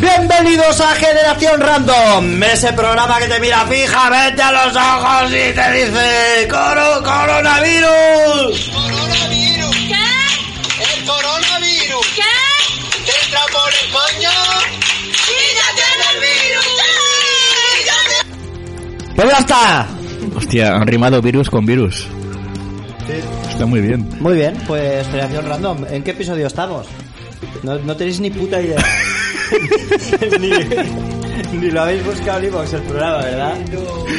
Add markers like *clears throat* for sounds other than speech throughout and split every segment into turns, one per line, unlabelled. Bienvenidos a Generación Random, ese programa que te mira fijamente a los ojos y te dice "Coro- coronavirus.
coronavirus. ¿Qué? El coronavirus. ¿Qué? Te entra por el baño y ya tiene el virus. Y ya tiene-
Pues ya está.
Hostia, han rimado virus con virus. Está muy bien. *coughs*
Muy bien, pues Generación Random, ¿en qué episodio estamos? No, no tenéis ni puta idea. *laughs* ni, ni lo habéis buscado en iVoox el programa, ¿verdad?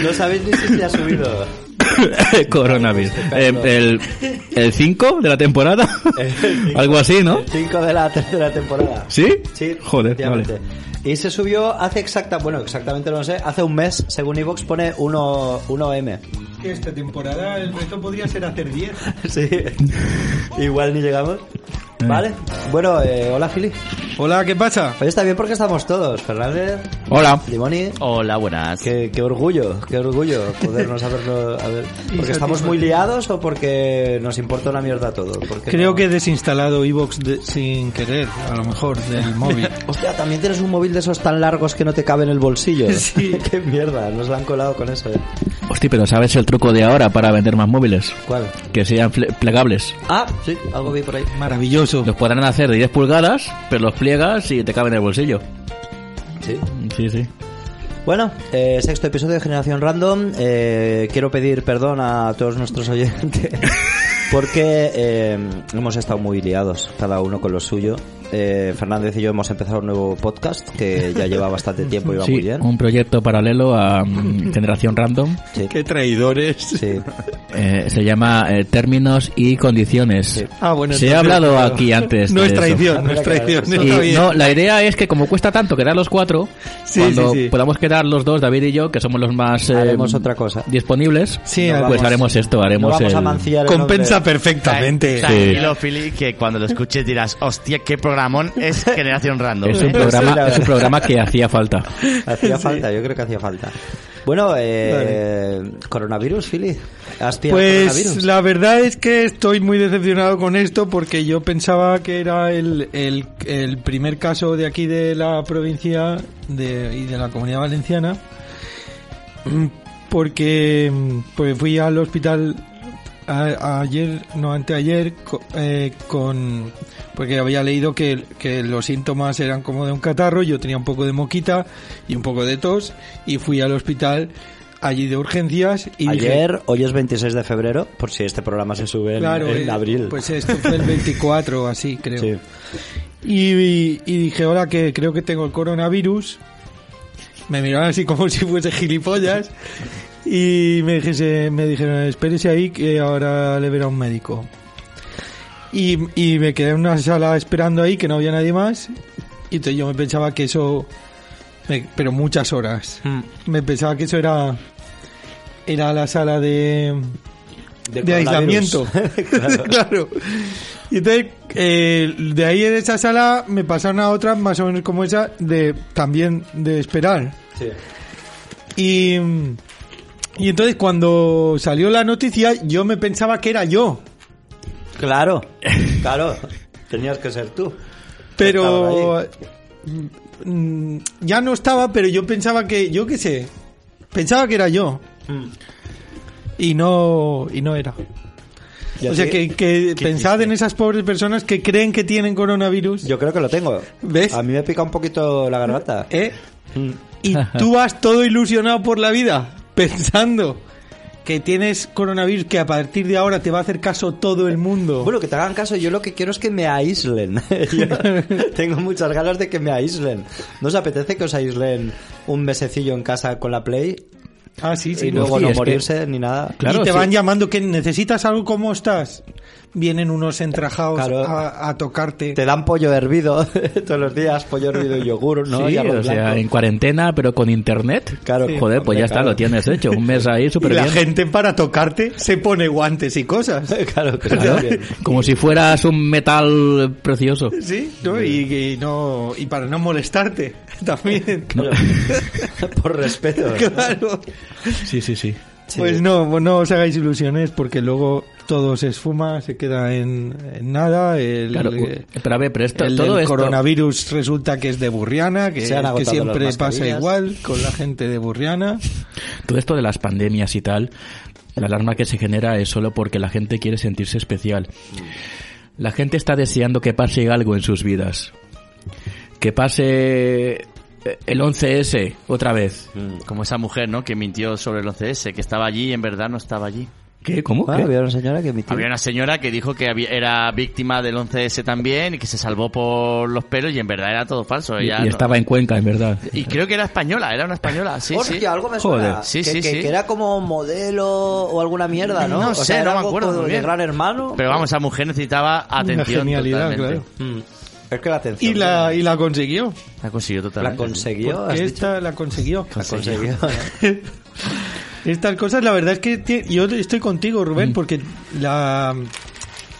No sabéis ni si se ha subido.
Coronavirus. Eh, el 5 de la temporada.
*laughs* cinco.
Algo así, ¿no?
5 de la tercera temporada.
¿Sí?
Sí,
Joder,
efectivamente.
vale.
Y se subió hace exacta, bueno, exactamente no sé, hace un mes, según iVox pone 1, 1M.
Que esta temporada el reto podría ser hacer 10.
*laughs* Sí. Igual ni llegamos.
Eh.
Vale. Bueno, eh, hola Fili.
Hola, ¿qué pasa?
Hoy está bien porque estamos todos. Fernández,
Hola.
Limoni.
Hola, buenas.
Qué, qué orgullo, qué orgullo podernos haberlo... a ver, ¿Porque estamos muy liados o porque nos importa una mierda todo? Porque
Creo
no-
que he desinstalado Evox sin querer, a lo mejor, del móvil.
Hostia, también tienes un móvil de esos tan largos que no te cabe en el bolsillo.
*laughs* Sí.
*laughs* qué mierda, nos la han colado con eso. eh.
Hostia, pero ¿sabes el truco de ahora para vender más móviles?
¿Cuál?
Que sean fle- plegables.
Ah, sí, algo vi por ahí.
*laughs* Maravilloso.
Los podrán hacer de 10 pulgadas, pero los pliegas y te caben en el bolsillo.
Sí.
Sí, sí.
Bueno, eh, sexto episodio de Generación Random. Eh, quiero pedir perdón a todos nuestros oyentes porque eh, hemos estado muy liados, cada uno con lo suyo. Eh, Fernández y yo hemos empezado un nuevo podcast que ya lleva bastante tiempo y va muy
Sí,
bien.
un proyecto paralelo a *laughs* mm, Generación Random.
Sí,
Qué traidores.
sí.
Eh, se llama eh, Términos y Condiciones.
Sí.
Ah, bueno,
Se
entonces-
ha hablado aquí antes.
*laughs* No
de
es
eso.
traición, no
Ah,
es traición.
mira,
está
Y
bien.
no, la idea es que como cuesta tanto quedar los cuatro,
Sí,
cuando
sí, sí.
podamos quedar los dos, David y yo, que somos los más eh,
Haremos otra cosa.
disponibles,
Sí,
pues
vamos-
haremos esto, haremos
no vamos a
el-
mancillar el
Compensa
nombre.
perfectamente.
Tranquilo, Philly, que cuando lo escuches dirás, hostia, qué programón
*laughs*
es Generación Random.
es un
¿eh?
Sí, la
programa, es
verdad.
un programa que hacía falta.
Hacía falta, yo creo que hacía falta. Bueno, eh, coronavirus, Fili. ¿Has pillado
Pues
coronavirus?
la verdad es que estoy muy decepcionado con esto porque yo pensaba que era el, el- el primer caso de aquí de la provincia de- y de la comunidad valenciana Mm, porque mm, pues fui al hospital a- ayer, no anteayer, co- eh, con porque había leído que, que los síntomas eran como de un catarro, yo tenía un poco de moquita y un poco de tos y fui al hospital allí de urgencias y dije,
Ayer, hoy es 26 de febrero, por si este programa se sube en,
Claro,
en
eh,
abril.
Pues eh, esto fue
*laughs*
el 24 o así, creo.
Sí.
Y, y- y dije, hola, que creo que tengo el coronavirus. Me miraron así como *laughs* si fuese gilipollas. Y me, dijese- me dijeron, espérese ahí que ahora le verá un médico. Y, y me quedé en una sala esperando ahí que no había nadie más. Y entonces yo me pensaba que eso... me- pero muchas horas.
Mm.
Me pensaba que eso era... Era la sala de de, aislamiento. *laughs*
*laughs*
claro. Y entonces, eh, de ahí en esa sala me pasaron a otra más o menos como esa, de también de esperar. Y, y entonces cuando salió la noticia, yo me pensaba que era yo.
Claro, claro. Tenías que ser tú.
Pero mm, ya no estaba, pero yo pensaba que, yo qué sé, pensaba que era yo.
Mm.
Y no, y no era.
¿Y
O
así?
sea, que, que pensad en esas pobres personas que creen que tienen coronavirus.
Yo creo que lo tengo.
¿Ves?
A mí me pica un poquito la garganta.
¿eh?
Mm.
Y tú vas todo ilusionado por la vida, *laughs* pensando que tienes coronavirus, que a partir de ahora te va a hacer caso todo el mundo.
Bueno, que te hagan caso, yo lo que quiero es que me aíslen. *laughs* Yo
*laughs*
tengo muchas ganas de que me aíslen. ¿No os apetece que os aíslen un mesecillo en casa con la Play?
Ah, sí, sí.
y luego
sí,
no
es que-
morirse ni nada.
Claro,
y te
sí.
van llamando que necesitas algo como estás. Vienen unos entrajados
Claro.
a, a tocarte.
Te dan pollo hervido *laughs* todos los días, pollo hervido y yogur, ¿no?
Sí,
Y arroz
o sea,
blanco.
en cuarentena, pero con internet.
Claro, Sí,
joder, pues
hombre,
ya está,
claro.
lo tienes hecho. Un mes ahí
y
súper
la
bien.
gente para tocarte se pone guantes y cosas.
*laughs* Claro, claro.
Claro,
bien.
*laughs*
como si fueras un metal precioso.
Sí, ¿no? Y, y no y para no molestarte *laughs* también.
Por respeto.
Claro.
Sí, sí, sí.
Sí.
Pues no, no os hagáis ilusiones porque luego todo se esfuma, se queda en, en nada. El,
Claro,
eh,
pero a ver, pero esto,
el
todo
del
esto...
coronavirus resulta que es de Burriana, que,
Se han
que
agotado
siempre
las
pasa
mascarillas.
igual con la gente de Burriana.
Todo esto de las pandemias y tal, la alarma que se genera es solo porque la gente quiere sentirse especial. La gente está deseando que pase algo en sus vidas. Que pase eh, el 11S otra vez.
Como esa mujer, ¿no? Que mintió sobre el 11S, que estaba allí y en verdad no estaba allí.
¿Qué? ¿Cómo?
Ah,
¿Qué?
había una señora que emitió.
Había una señora que dijo que había- era víctima del 11S también y que se salvó por los pelos y en verdad era todo falso.
Y,
Ella
y
no-
estaba en Cuenca, en verdad.
y creo que era española, era una española, sí, sí.
Hostia, algo me suena.
Joder.
Sí,
que,
sí,
que-
sí.
que era como modelo o alguna mierda, ¿no?
No
o
sé,
sea, era
no me
algo
acuerdo
como
muy
de
bien.
gran hermano.
Pero vamos, esa mujer necesitaba atención
Una genialidad,
totalmente.
Mm. Es que la atención.
Y la, y la consiguió.
La consiguió
la
totalmente.
consiguió. has
Porque
dicho.
esta la consiguió.
La consiguió. *laughs*
Estas cosas, la verdad es que ti- yo estoy contigo,
Mm.
Rubén, porque la,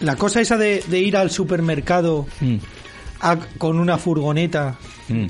la cosa esa de, de ir al supermercado
Mm,
a- con una furgoneta
mm.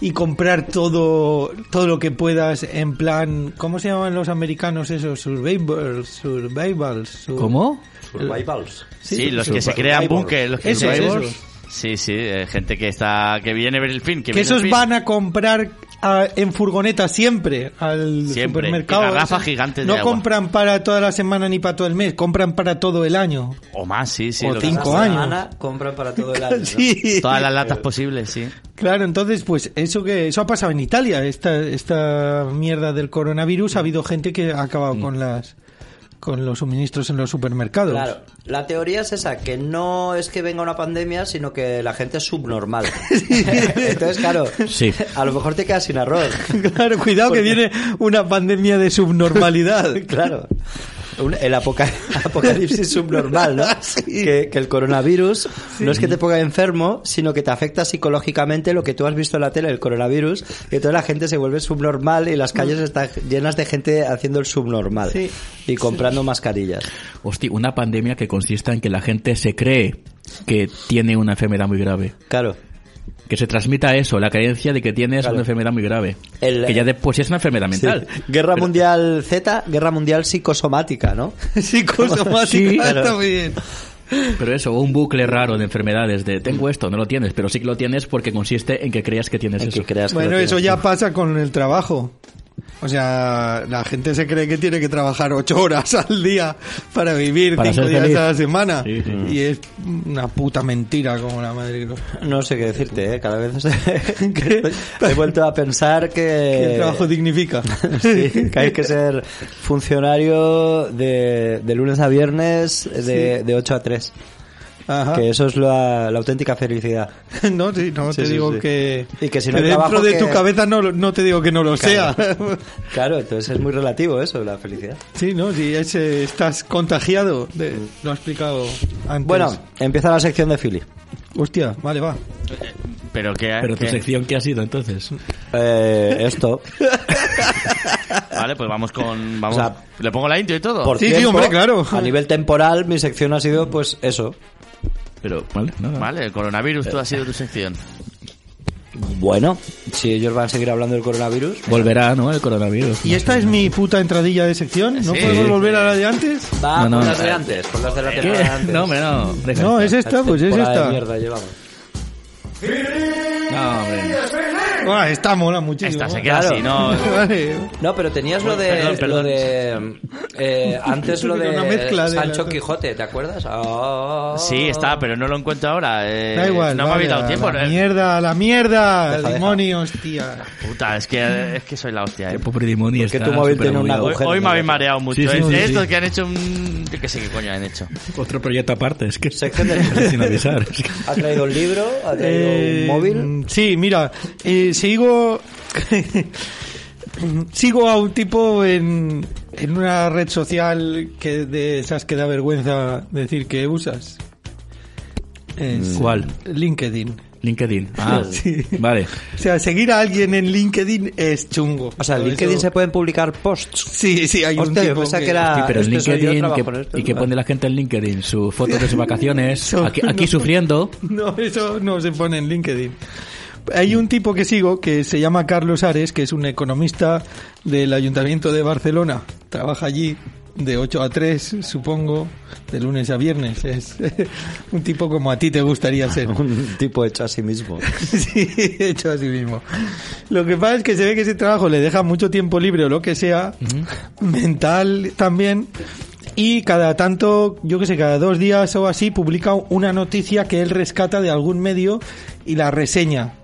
y comprar todo todo lo que puedas en plan ¿cómo se llaman los americanos esos? survivals survivals sur-
¿Cómo?
Pues Survivals.
Sí,
sí,
los que se
survival.
crean búnker, los que
Eso,
survivors.
eso.
Sí, sí, eh, gente que está que viene a ver el fin, que,
que
viene el
esos
fin.
van a comprar a- en furgoneta siempre al
Siempre,
supermercado
y garrafas
Eso.
gigantes de
no
agua.
compran para toda la semana ni para todo el mes compran para todo el
*laughs*
año
o más, sí, sí,
O
lo que-
cinco.
Cada
años.
semana compran para todo el año.
*laughs*
¿no?
sí
todas las latas posibles, sí.
Claro, entonces, pues eso que eso ha pasado en Italia, esta, esta mierda del coronavirus, ha habido gente que ha
Mm.
acabado con las con los suministros en los supermercados.
Claro, la teoría es esa, que no es que venga una pandemia, sino que la gente es
*laughs*
subnormal. *laughs* Entonces, claro,
Sí.
a lo mejor te quedas sin arroz.
*laughs* Claro, cuidado que viene una pandemia de subnormalidad.
*laughs* Claro. Un- el apoca- *laughs* apocalipsis subnormal,
*laughs*
¿no? Que, que el coronavirus no es que te ponga enfermo, sino que te afecta psicológicamente lo que tú has visto en la tele, el coronavirus, y toda la gente se vuelve subnormal y las calles están llenas de gente haciendo el subnormal
Mm. Sí.
y comprando mascarillas.
Hostia, una pandemia que consista en que la gente se cree que tiene una enfermedad muy grave.
Claro.
Que se transmita eso, la creencia de que tienes
Claro.
una enfermedad muy grave.
El-
que ya después es una enfermedad
Sí.
mental.
Guerra Mundial Z, Guerra Mundial psicosomática, ¿no?
*laughs*
Psicosomática *laughs*
Sí, claro.
también.
Pero eso, un bucle raro de enfermedades de tengo esto, no lo tienes, pero sí que lo tienes porque consiste en que creas que tienes
En que
eso.
creas que
Bueno,
lo
eso
tienes.
ya pasa con el trabajo. O sea, la gente se cree que tiene que trabajar ocho horas *laughs* al día para vivir
Para
cinco
ser
días
feliz.
a la semana.
Sí, sí.
Y es una puta mentira como la madre que lo-
No sé qué decirte, ¿eh? cada
*laughs*
vez *laughs* que estoy- he vuelto a pensar
que el
que...
trabajo dignifica.
*laughs* Sí, que hay que ser funcionario de, de lunes a viernes de, de 8 a 3.
Ajá.
Que eso es la, la auténtica felicidad.
No, sí, no
Sí,
te
sí,
digo
sí.
que,
Y que si no hay
dentro
trabajo
de
que-
tu cabeza no, lo- no te digo que no lo sea.
Claro, entonces es muy relativo eso, la felicidad.
*laughs* sí, no, si es, eh, estás contagiado, de- lo ha explicado antes.
Mm. Bueno, empieza la sección de Philly.
hostia, vale, va.
Pero que
Pero tu
que-
sección, ¿qué ha sido entonces?
Eh, esto,
Vale, pues vamos con vamos.
O sea,
le pongo la intro y todo.
por
Sí, sí,
tiempo,
hombre, claro.
a nivel temporal, mi sección ha sido, pues, eso.
Pero, vale, nada.
Vale, el coronavirus tú has sido tu sección.
Bueno, si ellos van a seguir hablando del coronavirus,
Volverá, ¿no? El coronavirus.
¿Y esta es mi puta entradilla de sección? ¿No
Sí.
podemos volver a la de antes?
va
No, no.
por las de antes, por las de la
¿Qué?
temporada de antes.
*laughs* No, hombre, no. Deja
No, es
esto.
esta, pues es
Temporada de
esta.
mierda llevamos.
No, hombre.
Ah, esta mola muchísimo.
Esta se queda
Claro.
*laughs*
así, no.
Vale.
No, pero tenías lo de.
Perdón, perdón.
Lo de eh, *laughs* antes lo
Era una mezcla
de
de
Sancho
las dos.
Quijote, ¿te acuerdas? Ah.
Sí, está, pero no lo encuentro ahora. eh,
Da igual.
No me ha
vale,
habido
a
tiempo.
La
eh.
mierda, a la mierda.
Deja, deja.
demonios, tía.
Puta, es que, es que soy la hostia. eh.
El pobre demonio
Porque
está
tu móvil
súper
tiene un
aburrido.
Hoy,
agujero.
hoy me habéis mareado mucho.
Sí, sí,
es
sí,
estos
sí.
que han hecho un. Yo qué sé qué coño han hecho.
Otro proyecto aparte, *laughs* es que...
Sección de-
Sin avisar. es que-
Ha traído un libro, ha traído
Eh,
un móvil.
Sí, mira, eh, sigo. *laughs* sigo a un tipo en, en una red social que de esas que da vergüenza decir que usas.
Mm,
Es
¿Cuál?
LinkedIn.
LinkedIn. Ah,
Sí.
vale.
O sea, seguir a alguien en LinkedIn es chungo.
O sea, en
Por
LinkedIn
eso-
se pueden publicar posts.
Sí, sí, hay un
Hostia, yo
tipo
pensaba que era-
Sí, pero en
este soy yo,
LinkedIn,
trabajo
¿qué-
en este esto,
¿y qué
¿verdad?
pone la gente en LinkedIn? Sus fotos de sus vacaciones,
Eso,
aquí, aquí
no.
sufriendo.
*laughs* No, eso no se pone en LinkedIn. Hay un tipo que sigo que se llama Carlos Ares, que es un economista del Ayuntamiento de Barcelona. Trabaja allí de 8 a 3, supongo, de lunes a viernes. Es *laughs* un tipo como a ti te gustaría
*laughs*
ser.
Un tipo hecho a sí mismo.
*laughs* Sí, hecho así mismo. Lo que pasa es que se ve que ese trabajo le deja mucho tiempo libre o lo que sea, mental también, y cada tanto, yo que sé, cada dos días o así, publica una noticia que él rescata de algún medio y la reseña.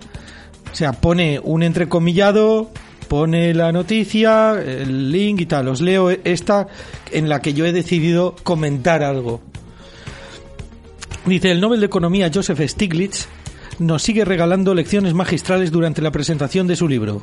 O sea, pone un entrecomillado, pone la noticia, el link y tal. Os leo esta en la que yo he decidido comentar algo. Dice el Nobel de Economía Joseph Stiglitz nos sigue regalando lecciones magistrales durante la presentación de su libro.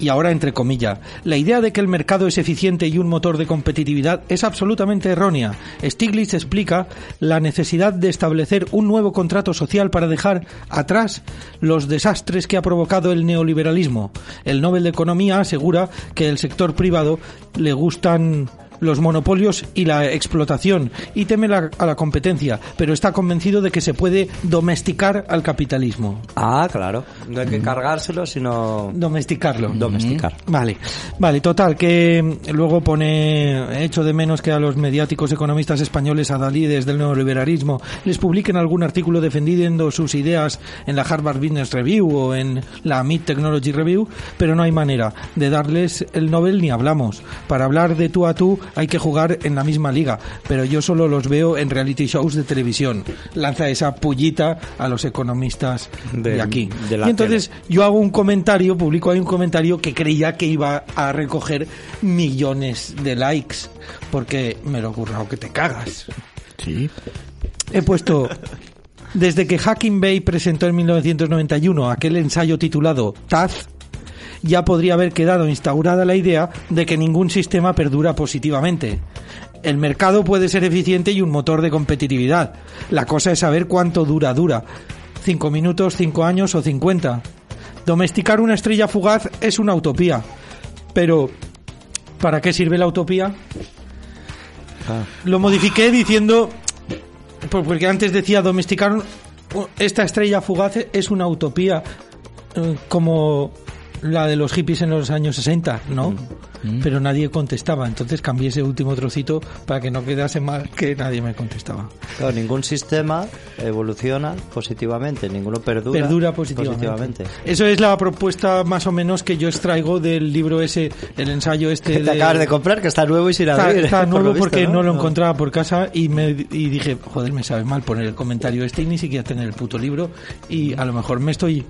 Y ahora entre comillas, la idea de que el mercado es eficiente y un motor de competitividad es absolutamente errónea. Stiglitz explica la necesidad de establecer un nuevo contrato social para dejar atrás los desastres que ha provocado el neoliberalismo. El Nobel de Economía asegura que el sector privado le gustan los monopolios y la explotación y teme la- a la competencia, pero está convencido de que se puede domesticar al capitalismo.
Ah, claro. No hay que cargárselo, sino
Domesticarlo.
domesticar.
Vale, vale, total, que mm, luego pone, hecho de menos que a los mediáticos economistas españoles adalides del neoliberalismo les publiquen algún artículo defendiendo sus ideas en la Harvard Business Review o en la Mid Technology Review, pero no hay manera de darles el Nobel ni hablamos. Para hablar de tú a tú hay que jugar en la misma liga, pero yo solo los veo en reality shows de televisión. Lanza esa pullita a los economistas de,
Del-
aquí.
de la
y entonces yo hago un comentario, publico ahí un comentario que creía que iba a recoger millones de likes, porque me lo he currado que te cagas.
Sí.
He puesto, desde que Hacking Bay presentó en 1991 aquel ensayo titulado Taz, ya podría haber quedado instaurada la idea de que ningún sistema perdura positivamente. El mercado puede ser eficiente y un motor de competitividad. La cosa es saber cuánto dura dura. ¿Cinco minutos, cinco años o cincuenta? Domesticar una estrella fugaz es una utopía. Pero, ¿para qué sirve la utopía? Lo modifiqué diciendo, por- porque antes decía domesticar un- esta estrella fugaz es una utopía eh, como la de los hippies en los años 60, ¿no?
Mm.
Pero nadie contestaba, entonces cambié ese último trocito para que no quedase mal que nadie me contestaba.
Claro, ningún sistema evoluciona positivamente, ninguno perdura,
Perdura positivamente.
positivamente.
Eso es la propuesta más o menos que yo extraigo del libro ese, el ensayo
*laughs*
este
Que te
de-
acabas de comprar, que está nuevo y sin
Está,
abrir.
*laughs*
*laughs*
está
por
nuevo
visto,
porque no lo encontraba por casa y me y dije, joder, me sabe mal poner el comentario este y ni siquiera tener el puto libro y a lo mejor me estoy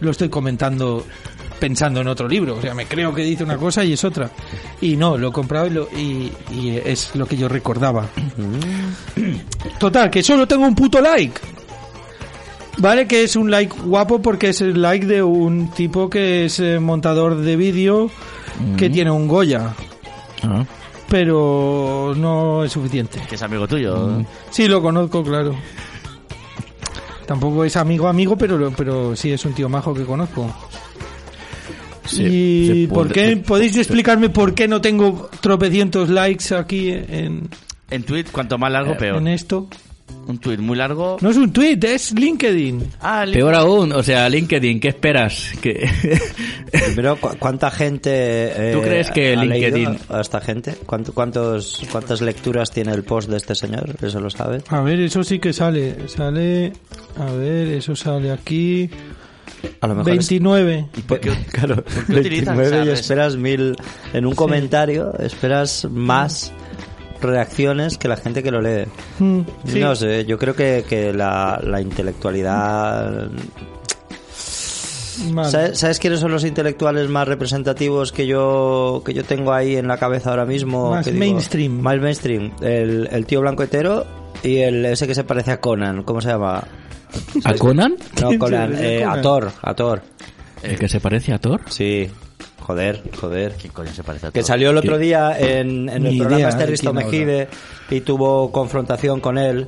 lo estoy comentando pensando en otro libro, o sea, me creo que dice una cosa y es otra. Y no, lo he comprado y, lo- y- y es lo que yo recordaba. Total, que solo tengo un puto like. Vale, que es un like guapo porque es el like de un tipo que es eh, montador de vídeo que tiene un Goya
Ah.
pero no es suficiente.
Que es amigo tuyo.
Sí, lo conozco, claro. Tampoco es amigo amigo, pero lo- pero sí es un tío majo que conozco.
Se-
¿Y
se
por
puede-
qué?
se-
¿Podéis explicarme por qué no tengo tropecientos likes aquí en,
En tweet, cuanto más largo, peor.
Eh, en esto?
Un tweet muy largo.
No es un tweet, es LinkedIn.
Ah, li-
Peor aún, o sea, LinkedIn, ¿qué esperas? Que
*laughs* Primero, ¿cu- ¿cuánta gente. eh,
¿Tú crees que
ha leído
LinkedIn-
A esta gente? ¿Cuánto- cuántos, ¿Cuántas lecturas tiene el post de este señor? Eso lo sabe.
A ver, eso sí que sale. Sale. A ver, eso sale aquí.
A lo mejor. es-
29.
*laughs* claro,
qué utilizan
29
esa
y
red?
esperas mil. En un comentario, esperas más reacciones que la gente que lo lee.
Mm, sí.
No sé, yo creo que, que la, la intelectualidad
Vale.
¿Sabes, sabes quiénes son los intelectuales más representativos que yo que yo tengo ahí en la cabeza ahora mismo?
Más
Que digo,
mainstream.
más mainstream. El, el tío blanco hetero y el ese que se parece a Conan. ¿Cómo se llama?
¿A Conan?
No,
*laughs* ¿Quién se
Conan.
parece a
eh, a
Conan?
Thor. A Thor.
¿El que se parece a Thor?
Sí. Joder, joder.
¿Quién coño se parece a
Que
todo?
salió el otro día en, en el
Ni
programa
idea
este
de
Risto
quién habla.
Mejide y tuvo confrontación con él.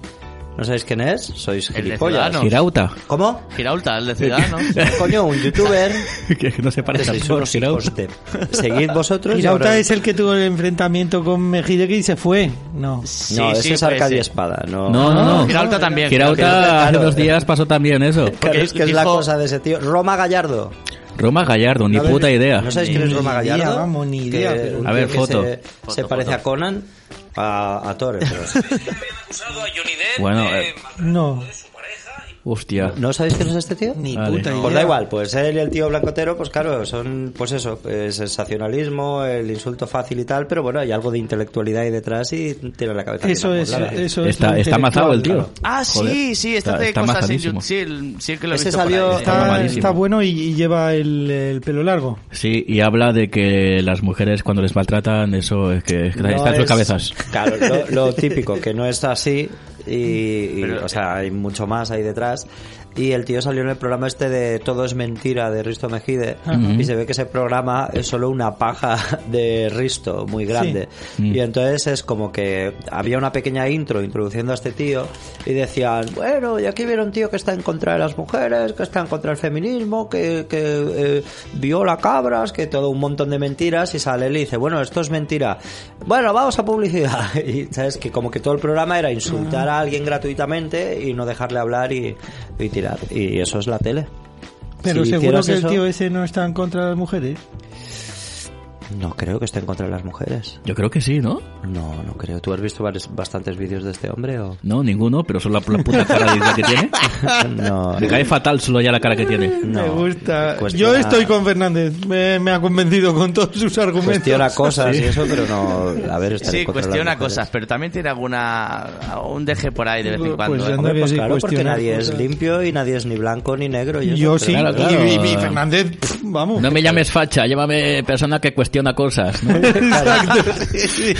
¿No sabéis quién es? Sois
El de
gilipollas. *laughs*
Ciudadanos.
Girauta.
¿Cómo?
Giraulta, el de Ciudadanos.
Coño, un
*laughs*
youtuber. Este
que no se parece
Sois
a todos,
unos
Girauta.
hijos de- Seguid vosotros. y
Girauta
ahora-
es el que tuvo el enfrentamiento con Mejide que se fue. No.
Sí,
No, ese
sí,
es
puede
Arcadia
ser.
Espada. No,
No, no, no.
Girauta también.
Girauta
Girauta,
hace
claro.
dos días pasó también eso.
Claro, es que es la
dijo-
cosa de ese tío. Roma Gallardo.
Roma Gallardo, ni
¿No habéis-
puta idea.
¿No sabéis quién es
Ni
Roma
idea,
Gallardo?
vamos, ni
Que-
idea, pero-
un
A
tío
ver,
que
foto.
Se,
Foto,
se parece
foto.
a Conan, a, a Torres.
*laughs*
pero-
Bueno, eh,
No.
hostia.
¿No sabéis quién es este tío?
Ni
Vale.
puta idea.
Pues da igual, pues él y el tío blancotero, pues claro, son, pues eso, eh, sensacionalismo, el insulto fácil y tal, pero bueno, hay algo de intelectualidad ahí detrás y tiene la cabeza.
Eso
bien
es,
amolada.
eso es
Está-
lo
está mazado el
intelectual.
tío.
Ah, sí,
Joder.
sí, este
Está-
hace
está
cosas en
mazadísimo.
YouTube. Sí, el- sí, el que lo he
Ese
visto por
salió-
ahí.
está
Está,
mamadísimo.
está bueno y, y lleva el, el pelo largo.
Sí, y habla de que las mujeres cuando les maltratan, eso es que, es que
No
están en sus
es-
cabezas.
Claro, lo, lo típico, que no es así y, y,
Pero-
o sea, hay mucho más ahí detrás. Y el tío salió en el programa este de Todo es mentira de Risto Mejide
Ah.
y se ve que ese programa es solo una paja de Risto muy grande.
Mm.
Y entonces es como que había una pequeña intro introduciendo a este tío y decían, bueno, y aquí viene un tío que está en contra de las mujeres, que está en contra del feminismo, que, que eh, viola cabras, que todo un montón de mentiras y sale él y dice, bueno, esto es mentira. Bueno, vamos a publicidad. *laughs* Y sabes que como que todo el programa era insultar a alguien gratuitamente y no dejarle hablar y, y tirar. Y eso es la tele.
Pero
Si
seguro
hicieras
que
eso-
el tío ese no está en contra de las mujeres.
No creo que esté en contra de las mujeres.
Yo creo que sí, ¿no?
No, no creo. ¿Tú has visto varios- bastantes vídeos de este hombre o...?
No, ninguno, pero solo la, la puta cara de idea que tiene.
No.
Me cae fatal solo ya la cara que tiene.
No,
me gusta.
cuestiona-
Yo estoy con Fernández. Me, me ha convencido con todos sus argumentos.
Cuestiona cosas y eso, pero no... A ver, está
Sí,
en contra de las
cuestiona
mujeres.
cosas, pero también tiene alguna un deje por ahí de vez en
Pues
cuando.
ya
¿eh?
no.
Hombre,
Nadie
pues
se
claro, porque
cuestiona
nadie es
cosas.
limpio y nadie es ni blanco ni negro. Y eso,
Yo
pero
sí.
Claro, claro.
Y, y Fernández, pff, vamos.
No me llames facha, llámame persona que cuestiona cosas. ¿no?
Exacto. sí.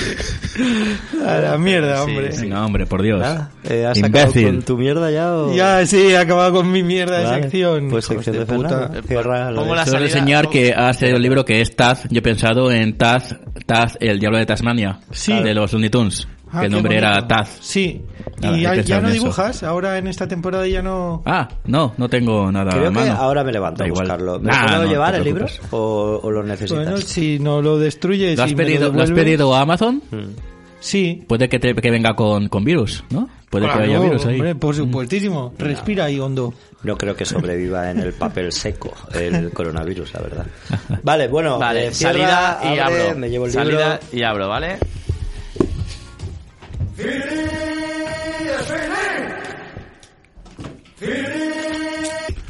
A la mierda, hombre.
No, hombre, por Dios.
Nada, eh, ¿Has
Imbécil.
acabado con tu mierda ya o...?
Ya, sí, he acabado con mi mierda de
Vale,
sección.
Pues
hijos
sección de
puta.
Fernando. Cierra la
Pongo
de-
la
Solo
salida-
enseñar que ha salido un libro que es Taz. Yo he pensado en Taz, Taz, el diablo de Tasmania,
Sí.
de los Looney Tunes.
Ah,
que
qué
el nombre era
bonito.
Taz.
Sí.
Nada,
y
he
ya- ya
pensado
no
en eso.
dibujas, ahora en esta temporada ya no.
Ah, no, no tengo nada a
Creo que
Ah, mano.
ahora me levanto
Da
a
igual.
buscarlo. ¿Me
Ah,
puedo
no,
llevar
te
el libro
preocupes.
o, o lo necesitas?
bueno, si no lo destruyes.
¿Lo has,
y me
pedido, ¿Lo has
devuelves-
pedido a Amazon?
Mm.
Sí.
Puede que, te- que venga con, con virus, ¿no? Puede que haya
Claro,
virus ahí. Mm.
hombre, por supuestísimo. Respira ahí, hondo.
No creo que sobreviva en el papel seco el coronavirus, la verdad. Vale, bueno,
Vale,
eh, cierra,
salida y
abre,
abro.
Me llevo el
salida
libro.
y abro, ¿vale?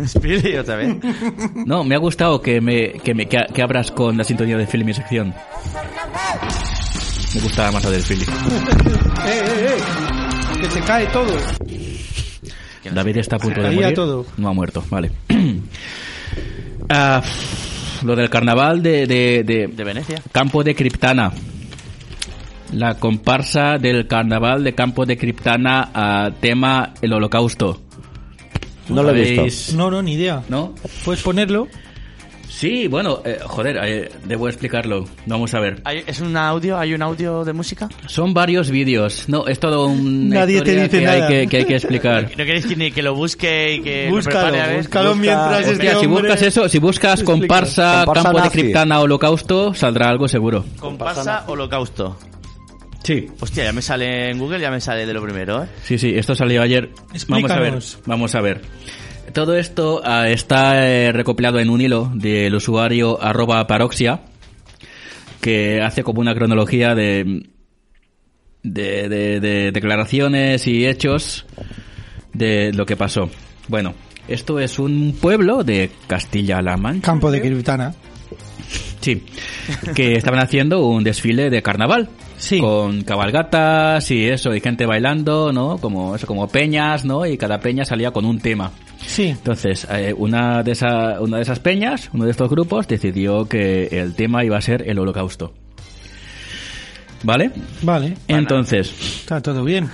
Spiri, otra vez.
No, me ha gustado que me que, me, que, que abras con la sintonía de Philly mi sección. Me gusta más la del Philly.
¡Eh, eh, eh! Que se cae todo.
David está a punto de
Ahí a
morir.
todo.
No ha muerto, vale. *clears throat* Ah, lo del carnaval de, de, de-
De Venecia.
Campo de Criptana. La comparsa del carnaval de Campo de Criptana a tema el holocausto.
No lo he visto.
¿Sabéis?
No, no, ni idea.
¿No?
¿Puedes ponerlo?
Sí, bueno, eh, joder, eh, debo explicarlo. Vamos a ver.
¿Hay- ¿Es un audio? ¿Hay un audio de música?
Son varios vídeos. No, es todo un.
Nadie te dice
que,
nada.
Hay que, que hay que explicar.
¿No queréis que, ni que lo busque y que Eh, lo
Búscalo,
prepare a ver?
búscalo
Busca-
mientras
Hostia,
este
Hostia, si
hombre-
buscas eso, si buscas
Explica.
comparsa,
Comparsa
campo de
nazi.
criptana, holocausto, saldrá algo seguro.
Comparsa holocausto.
Sí.
Hostia, ya me sale en Google, ya me sale de lo primero, ¿eh?
Sí, sí, esto salió ayer. Vamos a ver.
Explícanos.
Vamos a ver. Todo esto ah, está eh, recopilado en un hilo del usuario arroba paroxia, que hace como una cronología de, de, de- de declaraciones y hechos de lo que pasó. Bueno, esto es un pueblo de Castilla-La Mancha.
Campo de Kiribitana.
Sí, que estaban haciendo un desfile de carnaval.
Sí.
Con cabalgatas y eso, y gente bailando, ¿no? Como eso, como peñas, ¿no? Y cada peña salía con un tema.
Sí.
Entonces, eh, una, de esa- una de esas peñas, uno de estos grupos, decidió que el tema iba a ser el holocausto. ¿Vale?
Vale.
Entonces,
Está todo bien.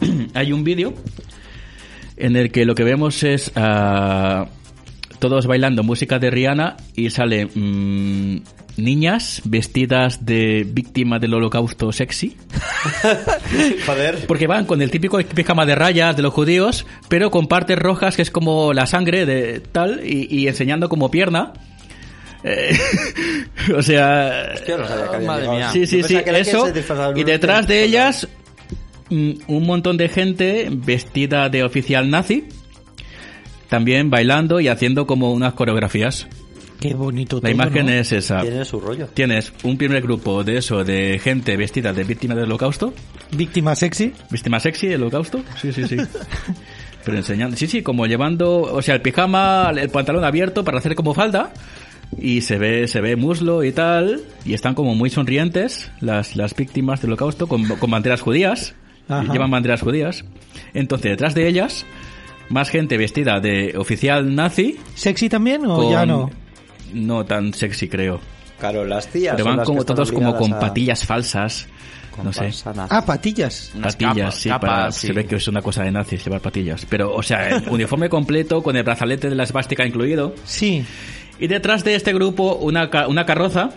*clears throat* hay un vídeo en el que lo que vemos es a todos bailando música de Rihanna y sale mm, niñas vestidas de víctima del holocausto sexy.
Joder.
Porque van con el típico pijama de rayas de los judíos, pero con partes rojas que es como la sangre de tal y, y enseñando como pierna. Eh, *laughs* o sea,
Yo no sabía que había
Madre
llegado.
mía.
sí,
Ah, Yo
sí, sí,
pensaba que era que
eso.
se disfrazaba de
Y
un-
detrás de ellas, mm, un montón de gente vestida de oficial nazi, también bailando y haciendo como unas coreografías.
Qué bonito
La
todo,
imagen
¿no?
es esa.
Tiene su rollo.
Tienes un primer grupo de eso, de gente vestida de víctima del holocausto,
Víctima sexy.
víctima sexy del holocausto, sí, sí, sí. Pero enseñando, sí, sí, como llevando, o sea, el pijama, el pantalón abierto para hacer como falda y se ve, se ve muslo y tal y están como muy sonrientes las, las víctimas del holocausto con, con banderas judías,
Ajá.
llevan banderas judías. Entonces, detrás de ellas, más gente vestida de oficial nazi.
¿Sexy también o
con-
ya no?
No tan sexy, creo.
Claro, las tías.
Pero
son
van
las
como
que están
todos como con
obligadas a-
patillas falsas.
con
no sé.
panzanas. *laughs*
Ah, patillas.
Unas
Patillas,
capas,
sí,
capas,
para-
sí.
se ve que es una cosa de nazis llevar patillas. Pero, o sea, el uniforme completo con el brazalete de la esvástica incluido.
Sí.
Y detrás de este grupo, una, ca- una carroza.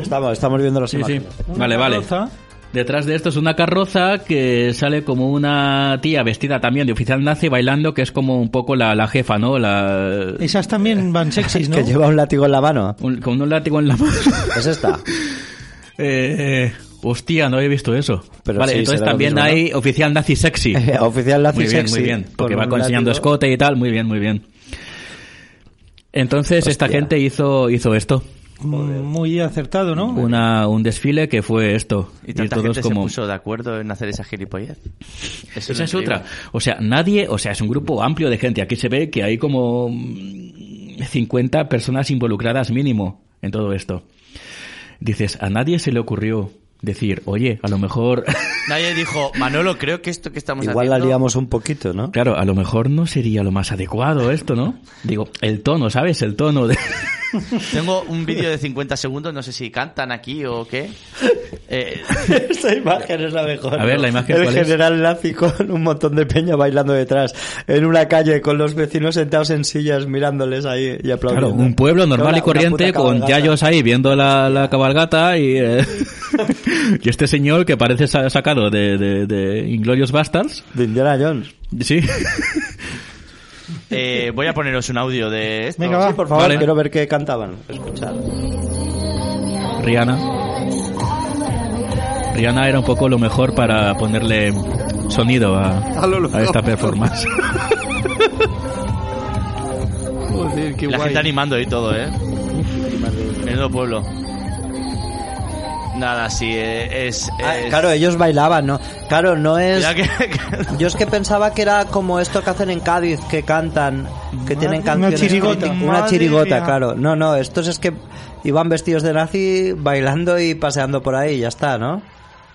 Estamos, estamos viendo las
Sí, sí.
imágenes.
Vale, vale.
Roza.
Detrás de esto es una carroza que sale como una tía vestida también de oficial nazi bailando, que es como un poco la, la jefa, ¿no? La,
Esas también van
*laughs*
sexys, ¿no?
Que lleva un látigo en la mano.
un- con un látigo en la mano. *laughs*
Es esta.
Eh, eh, hostia, no había visto eso.
Pero
vale,
sí,
entonces
será lo
también
mismo, ¿no?
hay oficial nazi sexy.
*laughs* Oficial nazi
muy bien,
sexy,
muy bien. Porque
con
va
un
con enseñando
látigo.
escote y tal. Muy bien, muy bien. Entonces esta
Hostia.
gente hizo, hizo esto.
Mm, Muy acertado, ¿no?
Una, un desfile que fue esto.
Y tanta gente se puso de acuerdo en hacer esa gilipollez. Eso
Esa es
increíble.
otra. O sea, nadie, o sea, es un grupo amplio de gente. Aquí se ve que hay como mm, 50 personas involucradas mínimo en todo esto. Dices, a nadie se le ocurrió decir, oye, a lo mejor *laughs*
Nadie dijo, Manolo, creo que esto que estamos
Igual la
haciendo...
liamos un poquito, ¿no?
Claro, a lo mejor no sería lo más adecuado esto, ¿no? Digo, el tono, ¿sabes? El tono de...
Tengo un vídeo de 50 segundos, no sé si cantan aquí o qué. Eh,
*laughs* Esta imagen es la mejor.
A ver,
¿no?
la imagen,
El
¿cuál es?
general Lazi *laughs* con un montón de peña bailando detrás, en una calle, con los vecinos sentados en sillas mirándoles ahí y aplaudiendo.
Claro, un pueblo normal
Una-
y corriente
una puta
con
cabalgata.
yayos ahí viendo la, la cabalgata
*laughs*
y, eh, y este señor que parece sa- sacado de, de, de Inglorious Bastards.
De Indiana Jones.
Sí. *laughs*
eh, voy a poneros un audio de esto.
Venga, va.
Sí, por favor,
Vale.
quiero ver qué cantaban. Escuchad.
Rihanna. Rihanna era un poco lo mejor para ponerle sonido a, a esta
*laughs*
performance.
Joder, qué
la
guay.
gente animando y todo, ¿eh? Menudo pueblo. Nada, sí, eh, es...
Ah,
es-
claro, ellos bailaban, ¿no? Claro, no es... eh,
Mira que- *laughs*
Yo es que pensaba que era como esto que hacen en Cádiz, que cantan, que tienen
Una
canciones.
chirigota.
Una
Madre
chirigota,
mía.
claro. No, no, estos es que iban vestidos de nazi bailando y paseando por ahí, ya está, ¿no?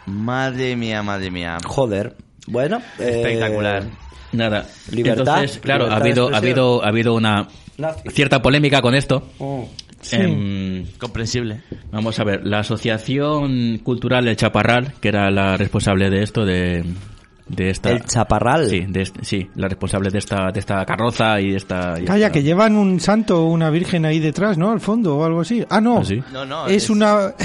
Madre mía, madre mía.
Joder. Bueno, eh,
Espectacular.
Nada.
Libertad,
Entonces, claro,
libertad
ha
de
habido, ha
expresión.
habido, ha habido una
Nazi.
cierta polémica con esto.
eh,
Sí.
Em,
Comprensible.
Vamos a ver, la Asociación Cultural El Chaparral, que era la responsable de esto, de, de esta...
El chaparral.
Sí, de este- sí, la responsable de esta, de esta carroza y de esta... y
Calla,
esta-
que llevan un santo o una virgen ahí detrás, ¿no? Al fondo o algo así. Ah, no.
¿Ah, sí?
No, no,
Es
*laughs*
es-
una... *laughs*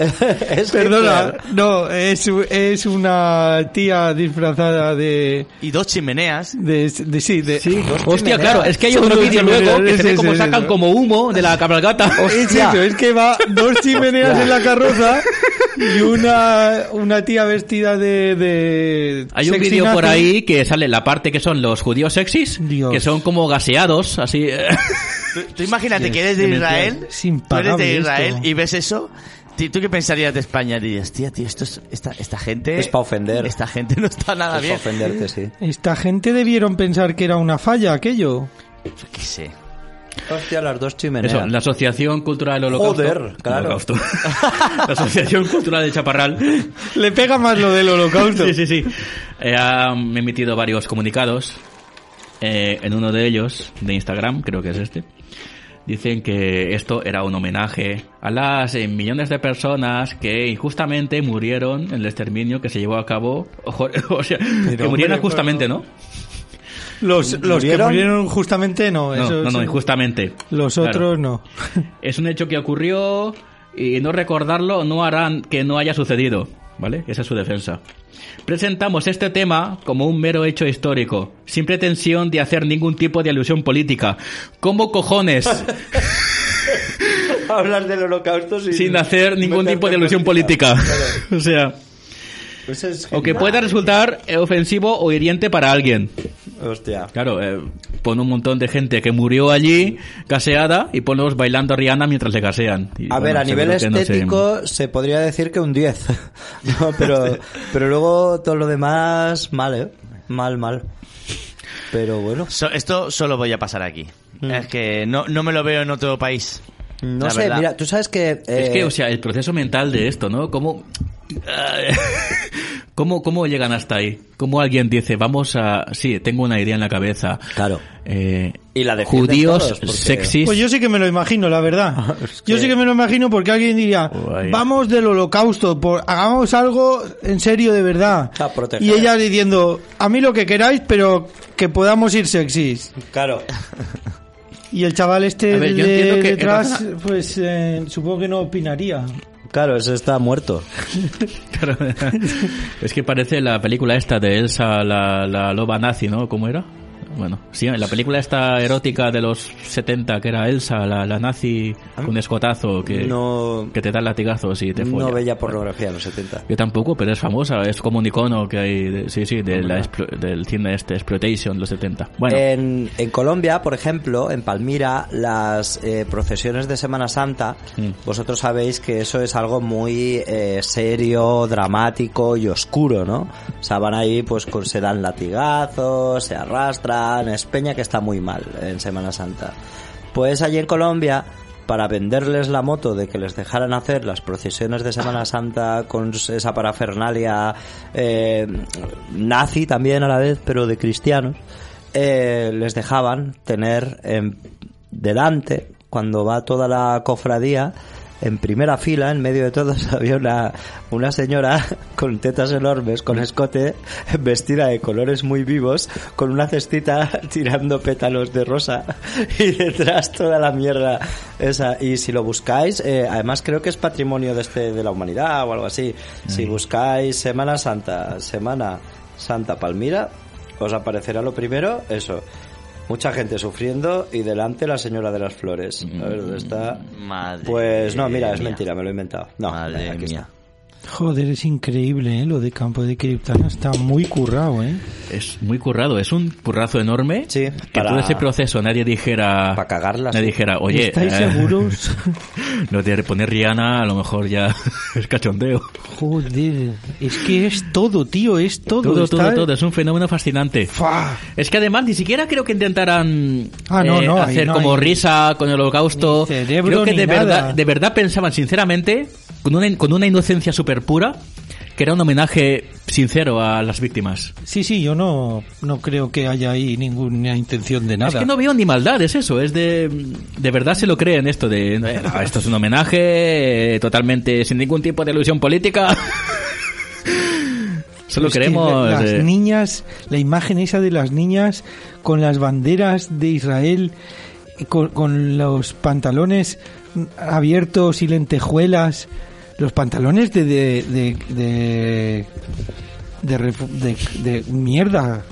Es
Perdona,
Hitler.
no, es, es una tía disfrazada de...
Y dos chimeneas.
de, de- sí, de...
Hostia, claro, es que hay
Son
otro
dos
vídeo
chimeneas,
luego que se ve
es
como
eso,
sacan
eso.
como humo de la cabalgata.
*laughs* Es
Hostia.
eso, es que va dos chimeneas en la carroza y una, una tía vestida de... de
Hay un
sexy
vídeo por
nazi.
ahí que sale la parte que son los judíos sexys,
Dios.
que son como
*laughs*
gaseados, así... *laughs*
Tú, tú imagínate que eres de Israel.
Es
Tú eres
impagable
de
esto.
Israel y ves eso. Ti- ¿Tú qué pensarías de España? Dirías, tía, tío, esto es- esta, esta gente...
Es pa' ofender.
Esta gente no está nada
Es
bien.
ofenderte, sí.
Esta gente debieron pensar que era una falla aquello.
Yo qué sé.
Hostia, las dos chimeneas.
Eso, la Asociación Cultural del Holocausto.
Joder, claro.
Holocausto. *laughs* la Asociación Cultural del Chaparral
Le pega más lo del holocausto.
Sí, sí, sí. Eh, ha emitido varios comunicados. Eh, en uno de ellos, de Instagram, creo que es este, dicen que esto era un homenaje a las eh, millones de personas que injustamente *laughs* murieron en el exterminio que se llevó a cabo. Ojo, O sea, que murieron
hombre,
justamente, ¿no?
Los, los que
¿Murieron?
murieron justamente no.
No,
esos-
no, no, injustamente.
Los
Claro.
otros no.
Es un hecho que ocurrió y no recordarlo no harán que no haya sucedido, ¿vale? Esa es su defensa. Presentamos este tema como un mero hecho histórico, sin pretensión de hacer ningún tipo de alusión política. ¿Cómo *laughs* cojones?
Hablas del holocausto sin,
sin hacer ningún
meterte
tipo de
en
alusión política. *laughs* o sea,
Pues es
o que
genial.
pueda resultar eh, ofensivo o hiriente para alguien.
Hostia.
Claro, eh, pon un montón de gente que murió allí, caseada, y ponlos bailando a Rihanna mientras le casean. Y,
A
bueno,
ver, a
seguro
nivel
que no se-
estético se podría decir que un 10. *laughs* No,
*laughs*
pero, pero luego todo lo demás, mal, ¿eh? Mal, mal. Pero bueno,
So- esto solo voy a pasar aquí.
Mm.
Es que no, no me lo veo en otro país.
no
La
sé,
verdad.
mira, tú sabes que...
Es
eh,
que, o sea, el proceso mental de esto, ¿no? ¿Cómo, *laughs* ¿Cómo, cómo llegan hasta ahí? ¿Cómo alguien dice, vamos a... Sí, tengo una idea en la cabeza.
Claro.
Eh,
Y la defienden
Judíos,
todos, porque-
sexys... *laughs*
Pues yo sí que me lo imagino, la verdad.
Es
Yo
que-
sí que me lo imagino porque alguien diría,
Guay.
vamos del holocausto, por, hagamos algo en serio de verdad.
A proteger.
Y ella diciendo, a mí lo que queráis, pero que podamos ir sexys.
Claro.
Y el chaval este
A ver, yo
de-
entiendo que-
detrás, pues eh, supongo que no opinaría.
Claro, ese está muerto.
Claro. *laughs* es que parece la película esta de Elsa, la, la loba nazi, ¿no? ¿Cómo era? Bueno, sí, la película esta erótica de los 70, que era Elsa, la, la nazi con escotazo, que,
No,
que te da latigazos y te folla.
no veía pornografía en los 70.
Yo tampoco, pero es famosa, es como un icono que hay, de- sí, sí, de la explo- del cine este, Exploitation, los 70. Bueno,
En, en Colombia, por ejemplo, en Palmira, las eh, procesiones de Semana Santa,
Mm.
vosotros sabéis que eso es algo muy eh, serio, dramático y oscuro, ¿no? O sea, van ahí, pues con- se dan latigazos, se arrastran, es peña que está muy mal en Semana Santa. Pues allí en Colombia, para venderles la moto de que les dejaran hacer las procesiones de Semana Santa con esa parafernalia eh, nazi también a la vez, pero de cristianos, eh, les dejaban tener em, delante, cuando va toda la cofradía, en primera fila, en medio de todos, *laughs* había una, una señora con tetas enormes, con escote, vestida de colores muy vivos, con una cestita *laughs* tirando pétalos de rosa *laughs* y detrás toda la mierda esa. Y si lo buscáis, eh, además creo que es patrimonio de, este, de la humanidad o algo así. Si buscáis Semana Santa, Semana Santa Palmira, os aparecerá lo primero, eso. Mucha gente sufriendo y delante la señora de las flores. A ver, ¿dónde está?
Madre
Pues no, mira, es
mía.
mentira, me lo he inventado. No,
Madre
aquí
mía.
Joder, es increíble, ¿eh? Lo de campo de criptana está muy currado, ¿eh?
es muy currado, es un currazo enorme.
Sí,
que
para-
todo ese proceso nadie dijera...
Para cagarla,
Nadie
sí.
dijera, oye...
¿Estáis
eh, *laughs*
seguros?
Lo de poner Rihanna a lo mejor ya *laughs* es cachondeo.
Joder, es que es todo, tío, es todo.
Todo, todo,
está-
todo. Es un fenómeno fascinante.
¡Fua!
Es que además ni siquiera creo que intentaran eh,
Ah, no, no, ahí
hacer
no
como
hay-
risa con el holocausto.
Ni cerebro,
creo que
ni
de
nada.
verdad, de verdad pensaban sinceramente, con una, con una inocencia súper pura, que era un homenaje sincero a las víctimas.
Sí, sí, yo no, no creo que haya ahí ninguna intención de nada.
Es que no veo ni maldad, es eso, es de... De verdad se lo creen esto, de... eh, no, esto es un homenaje eh, totalmente sin ningún tipo de ilusión política. *laughs* Solo
Es que
queremos...
la- Las
eh,
niñas, la imagen esa de las niñas con las banderas de Israel, y con, con los pantalones abiertos y lentejuelas, los pantalones de. de. de. de, de refu- de- de mierda.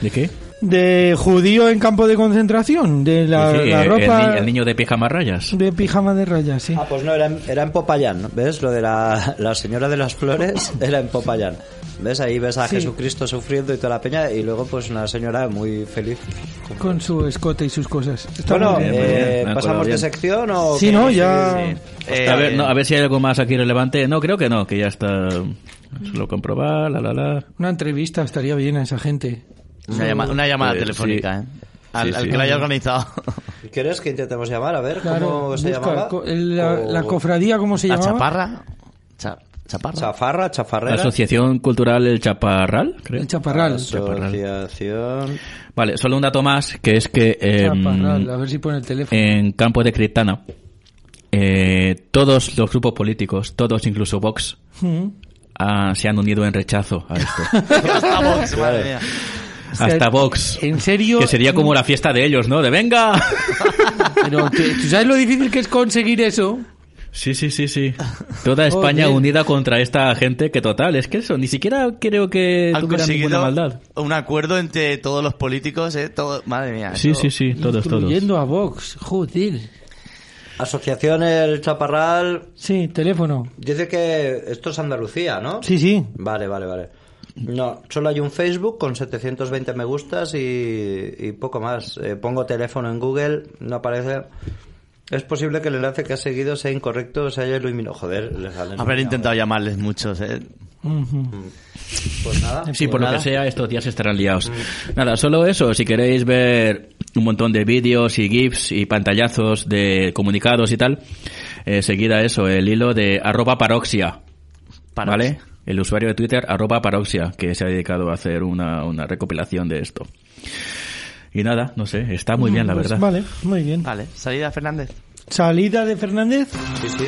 ¿De qué?
De judío en campo de concentración, de la,
Sí, sí,
la
el-
ropa.
El, ni- el niño de pijama rayas.
De pijama de rayas, sí.
Ah, pues no, era en, era en Popayán, ¿no? ¿ves? Lo de la, la señora de las
*laughs*
flores era en Popayán. ¿Ves? Ahí ves a
Sí.
Jesucristo sufriendo y toda la peña y luego pues una señora muy feliz.
Con su escote y sus cosas. Está
Bueno,
muy bien.
muy
eh,
bien, me ha colado
¿pasamos de
bien.
sección o...?
Sí,
qué?
¿no? Ya...
Eh,
Pues, a, ver, no, a ver si hay algo más aquí relevante. No, creo que no, que ya está. Solo comprobar, la la la.
Una entrevista estaría bien a esa gente.
Una, llama- una llamada
Eh,
telefónica,
sí.
¿eh? Al,
Sí,
al
sí.
que la haya organizado.
*laughs*
¿Quieres que intentemos llamar? A ver, ¿cómo
Claro,
se
busca
llamaba?
co- el- la,
O-
la cofradía, ¿cómo se
¿La
llamaba?
chaparra? Cha- ¿Chaparra?
Chafarra,
La
chafarrera.
Asociación Cultural El Chaparral, creo.
El
Ah,
chaparral.
Asociación...
Vale, solo un dato más, que es que eh,
Chaparral, a ver si pone el teléfono.
en Campo de Criptana, eh, todos los grupos políticos, todos, incluso Vox,
Mm. *laughs*
ah, se han unido en rechazo a esto.
Hasta Vox, madre mía.
sea,
hasta Vox.
¿en serio?
Que sería como la fiesta de ellos, ¿no?
*laughs*
De venga.
Pero que- ¿tú sabes lo difícil que es conseguir eso?
Sí, sí,
*laughs*
sí, sí. Toda España
Joder.
unida contra esta gente que total, es que eso, ni siquiera creo que
Han
tuviera ninguna
conseguido
maldad.
un acuerdo entre todos los políticos, ¿eh? Todo, madre mía.
Sí,
eso-
sí, sí, todos, todos.
Incluyendo a Vox, joder.
Asociación El Chaparral
Sí, teléfono.
dice que esto es Andalucía, ¿no?
Sí, sí.
Vale, vale, vale. No, solo hay un Facebook con 720 me gustas y, y poco más. Eh, pongo teléfono en Google, no aparece. Es posible que el enlace que has seguido sea incorrecto o se haya iluminado. Joder, les salen.
Haber intentado llamarles muchos, ¿eh?
Ujú.
Pues nada.
Sí,
pues
por lo
nada.
que sea, estos días estarán liados. Nada, solo eso. Si queréis ver un montón de vídeos y GIFs y pantallazos de comunicados y tal, eh, seguida eso, el hilo de arroba paroxia. ¿Vale? El usuario de Twitter, arroba paroxia, que se ha dedicado a hacer una, una recopilación de esto. Y nada, no sé, está muy bien, la
Pues
verdad. Ah.
Vale, muy bien.
Vale, salida Fernández.
Salida de Fernández.
Sí, sí.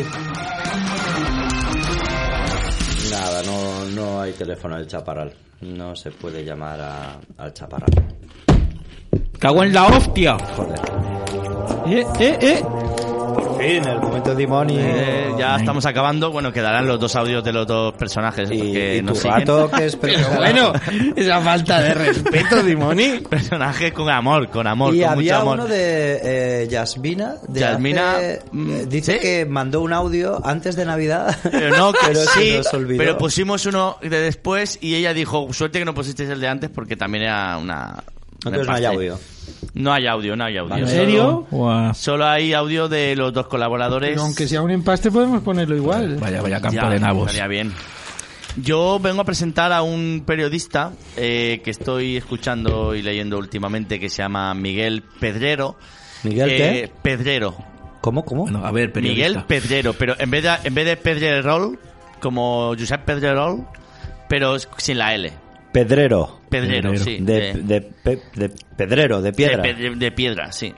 Nada, no, no hay teléfono del Chaparral. No se puede llamar a- al Chaparral.
¡Cago en la hostia!
Joder.
Eh, eh, eh.
Por fin, el momento demonio.
Eh, ya estamos acabando. Bueno, quedarán los dos audios de los dos personajes.
y,
porque
y tu
nos siguen.
gato que es
*laughs*
Bueno, esa falta de respeto, Dimoni.
*laughs* Personajes con amor, con amor,
Y
con mucho
había
amor.
uno de eh, Yasmina. De
Yasmina,
hace-
mm,
eh, dice
¿sí?
que mandó un audio antes de Navidad.
Pero
*laughs*
no, que
se
sí,
nos olvidó.
pero pues pusimos uno de después y ella dijo, suerte que no pusisteis el de antes porque también era una... un
Entonces no hay
empaste".
audio.
No hay audio, no hay audio.
Vale.
¿En serio?
Guau.
Solo hay audio de los dos colaboradores.
Pero aunque sea un empaste podemos ponerlo igual.
Vaya, vaya campo
Ya,
de nabos.
estaría bien. Yo vengo a presentar a un periodista eh, que estoy escuchando y leyendo últimamente que se llama Miguel Pedrero.
¿Miguel
Eh, Pedrero.
¿Cómo, cómo?
Bueno, a ver, periodista.
Miguel Pedrero, pero en vez de, en vez de Pedrerol, como Josep Pedrerol, pero sin la L.
Pedrero.
Pedrero,
Pedrero.
sí.
de,
de-
de pe- de pedrero, de piedra.
De, pe- de piedra, sí.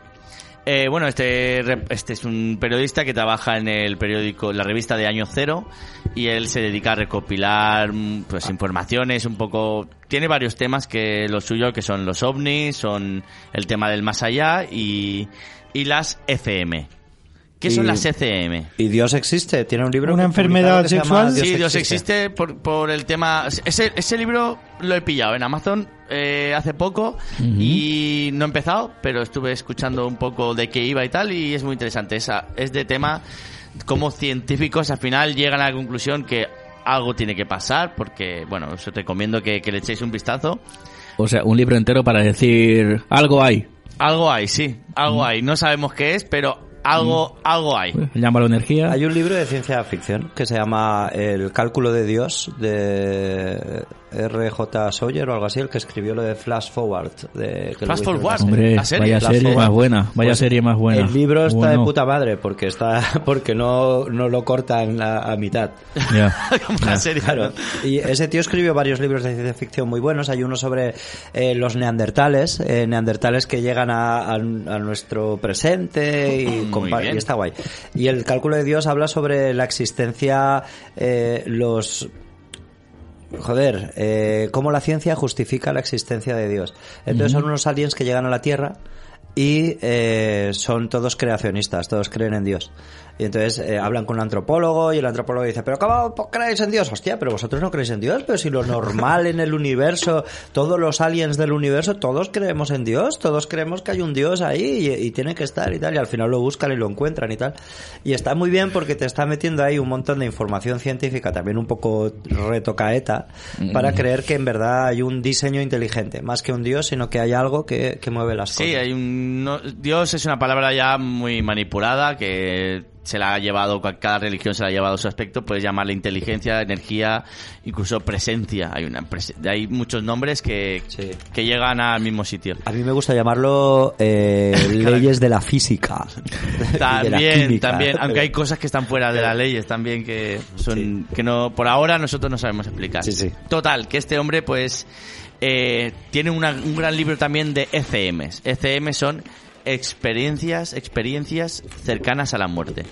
Eh, bueno, este, rep- este es un periodista que trabaja en el periódico, en la revista de Año Cero, y él se dedica a recopilar mm, pues informaciones, un poco. Tiene varios temas que los suyos, que son los ovnis, son el tema del más allá y, y las ECM. ¿Qué son
Y-
las ECM?
¿Y Dios existe? ¿Tiene un libro?
¿Una
que- publicado
enfermedad
que se llama
sexual?
Dios
sí, Dios existe por, por el tema. Ese, ese libro lo he pillado en Amazon eh, hace poco y no he empezado, pero estuve escuchando un poco de qué iba y tal y es muy interesante. Esa, es de tema cómo científicos al final llegan a la conclusión que algo tiene que pasar porque, bueno, os recomiendo que, que le echéis un vistazo.
O sea, un libro entero para decir algo hay.
Algo hay, sí, algo hay. No sabemos qué es, pero algo, algo hay. *laughs*
Llámalo energía.
Hay un libro de ciencia ficción que se llama El cálculo de Dios de R.J. Sawyer o algo así, el que escribió lo de Flash Forward. De, que lo
Flash
hizo en la
Forward.
serie.
Hombre,
La serie,
vaya
la
serie
forma.
más buena, vaya serie más buena.
El libro está de
Bueno.
puta madre porque está *laughs* porque no, no lo cortan a, a mitad.
Ya.
*laughs*
Como una *laughs* serie,
Claro.
¿no?
Y ese tío escribió varios libros de ciencia ficción muy buenos. Hay uno sobre eh, los neandertales, eh, neandertales que llegan a, a- a nuestro presente y,
Muy
compa-
bien.
y está guay. Y el cálculo de Dios habla sobre la existencia, eh, los Joder, eh, cómo la ciencia justifica la existencia de Dios. Entonces son unos aliens que llegan a la Tierra y eh, son todos creacionistas, todos creen en Dios. Y entonces eh, hablan con un antropólogo y el antropólogo dice, pero ¿cómo po- creéis en Dios? Hostia, pero vosotros no creéis en Dios, pero si lo normal en el universo, todos los aliens del universo, todos creemos en Dios, todos creemos que hay un Dios ahí y, y tiene que estar y tal, y al final lo buscan y lo encuentran y tal. Y está muy bien porque te está metiendo ahí un montón de información científica, también un poco retocaeta,
Mm.
para creer que en verdad hay un diseño inteligente, más que un Dios, sino que hay algo que, que mueve las
Sí,
cosas.
hay un no- Dios es una palabra ya muy manipulada que se la ha llevado cada religión se la ha llevado a su aspecto. Puedes llamarle inteligencia, energía, incluso presencia. Hay una prese- hay muchos nombres que,
Sí.
que llegan al mismo sitio.
A mí me gusta llamarlo
*laughs*
eh, leyes de la física. *laughs* y de la
También,
química.
también, aunque hay cosas que están fuera de las leyes también que son que no por ahora nosotros no sabemos explicar.
Sí, sí.
Total, que este hombre pues eh, tiene una- un gran libro también de E ECMs. ECM son experiencias, experiencias cercanas a la muerte.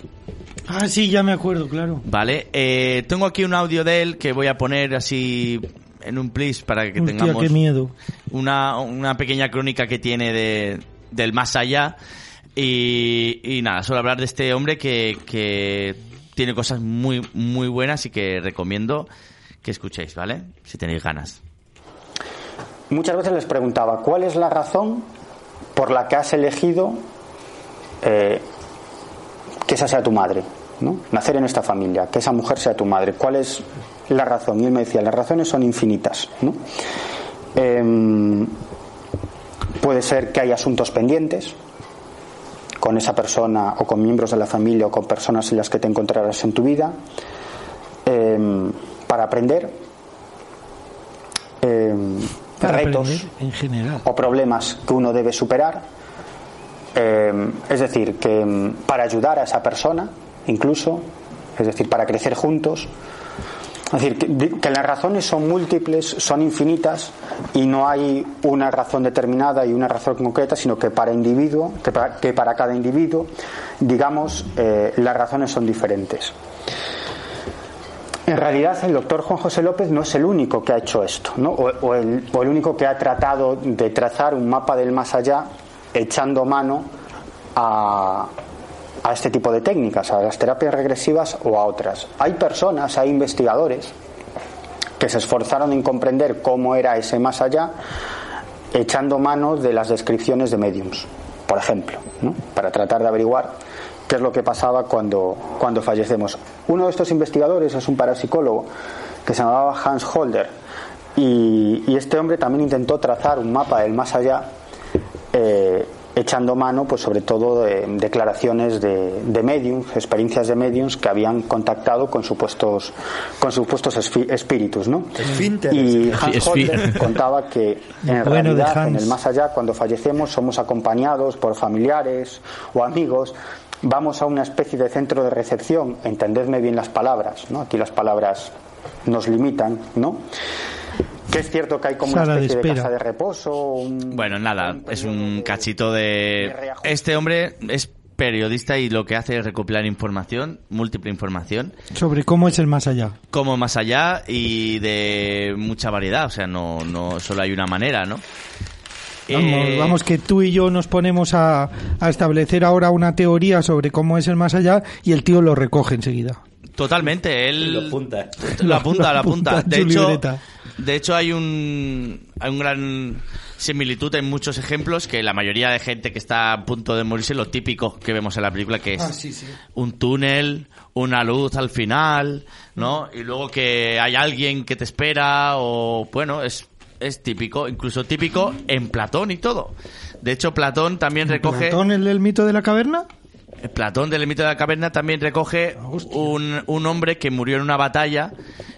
Ah, sí, ya me acuerdo, claro.
Vale, eh, tengo aquí un audio de él que voy a poner así en un plis para que
Hostia,
tengamos
qué miedo.
una, una pequeña crónica que tiene de, del más allá. Y, y nada, solo hablar de este hombre que, que tiene cosas muy, muy buenas y que recomiendo que escuchéis, ¿vale? Si tenéis ganas.
Muchas veces les preguntaba cuál es la razón por la que has elegido eh, que esa sea tu madre, ¿no? nacer en esta familia, que esa mujer sea tu madre. ¿Cuál es la razón? Y él me decía, las razones son infinitas. ¿no? Em, puede ser que hay asuntos pendientes con esa persona o con miembros de la familia o con personas en las que te encontrarás en tu vida em, para aprender. em,
Para
retos
aprender en general.
o problemas que uno debe superar. Eh, es decir, que mm, para ayudar a esa persona, incluso, es decir, para crecer juntos. Es decir, que, que las razones son múltiples, son infinitas y no hay una razón determinada y una razón concreta, sino que para individuo, que para, que para cada individuo, digamos, eh, las razones son diferentes. En realidad, el doctor Juan José López no es el único que ha hecho esto, ¿no? o, o el, o el único que ha tratado de trazar un mapa del más allá echando mano a, a este tipo de técnicas, a las terapias regresivas o a otras. Hay personas, hay investigadores que se esforzaron en comprender cómo era ese más allá echando mano de las descripciones de mediums, por ejemplo, ¿no? para tratar de averiguar qué es lo que pasaba cuando, cuando fallecemos. Uno de estos investigadores es un parapsicólogo que se llamaba Hans Holder y, y este hombre también intentó trazar un mapa del más allá eh, echando mano pues sobre todo de declaraciones de, de mediums, experiencias de mediums que habían contactado con supuestos con supuestos esfi- espíritus, ¿no?
Esfínteres.
Y Hans
Esfí-
Holder contaba que en
Bueno, de
realidad en
Hans.
el más allá cuando fallecemos somos acompañados por familiares o amigos vamos a una especie de centro de recepción entendedme bien las palabras no aquí las palabras nos limitan no que es cierto que hay como
Sala
una
de
especie de,
espera.
casa de reposo un-
Bueno, nada,
un
es
periodo
un
de-
cachito de... Este hombre es periodista y lo que hace es recopilar información, múltiple información,
Sobre cómo es el más allá.
como más allá y de mucha variedad, o sea, no, no solo hay una manera, ¿no?
Vamos,
Eh,
vamos, que tú y yo nos ponemos a, a establecer ahora una teoría sobre cómo es el más allá y el tío lo recoge enseguida.
Totalmente, él...
Lo
*laughs*
apunta.
La punta,
Lo
la
apunta
punta.
en
De
su
hecho,
libreta.
de hecho hay un hay un gran similitud en muchos ejemplos que la mayoría de gente que está a punto de morirse lo típico que vemos en la película que
Ah,
es un túnel, una luz al final, ¿no? Y luego que hay alguien que te espera o bueno, es es típico, incluso típico en Platón y todo. De hecho, Platón también recoge
¿Platón, el del mito de la caverna?
el Platón del mito de la caverna también recoge un, un hombre que murió en una batalla,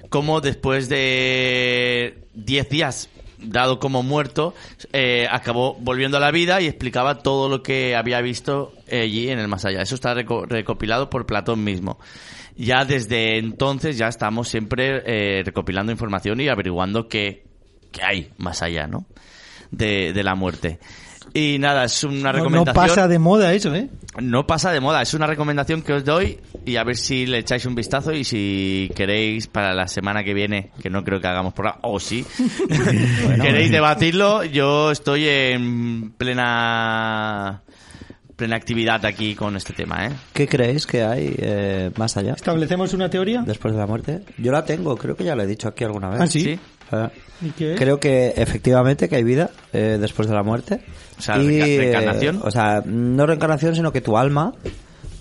como después de 10 días dado como muerto, eh, acabó volviendo a la vida y explicaba todo lo que había visto eh, allí en el más allá. Eso está reco- recopilado por Platón mismo. Ya desde entonces ya estamos siempre eh, recopilando información y averiguando qué, qué hay más allá, ¿no? De, de la muerte. Y nada, es
No,
una recomendación.
no pasa de moda eso, ¿eh?
No pasa de moda, es una recomendación que os doy y a ver si le echáis un vistazo y si queréis para la semana que viene, que no creo que hagamos programa, o sí, *laughs* queréis debatirlo, yo estoy en plena plena actividad aquí con este tema, ¿eh?
*laughs* ¿Qué creéis que hay eh, más allá?
¿Establecemos una teoría?
Después de la muerte. Yo la tengo, creo que ya la he dicho aquí alguna vez.
Ah, sí.
Sí.
Ah.
¿Y qué es?
Creo que efectivamente que hay vida eh, después de la muerte.
O sea, reenca-
eh,
reencarnación.
o sea, no reencarnación, sino que tu alma,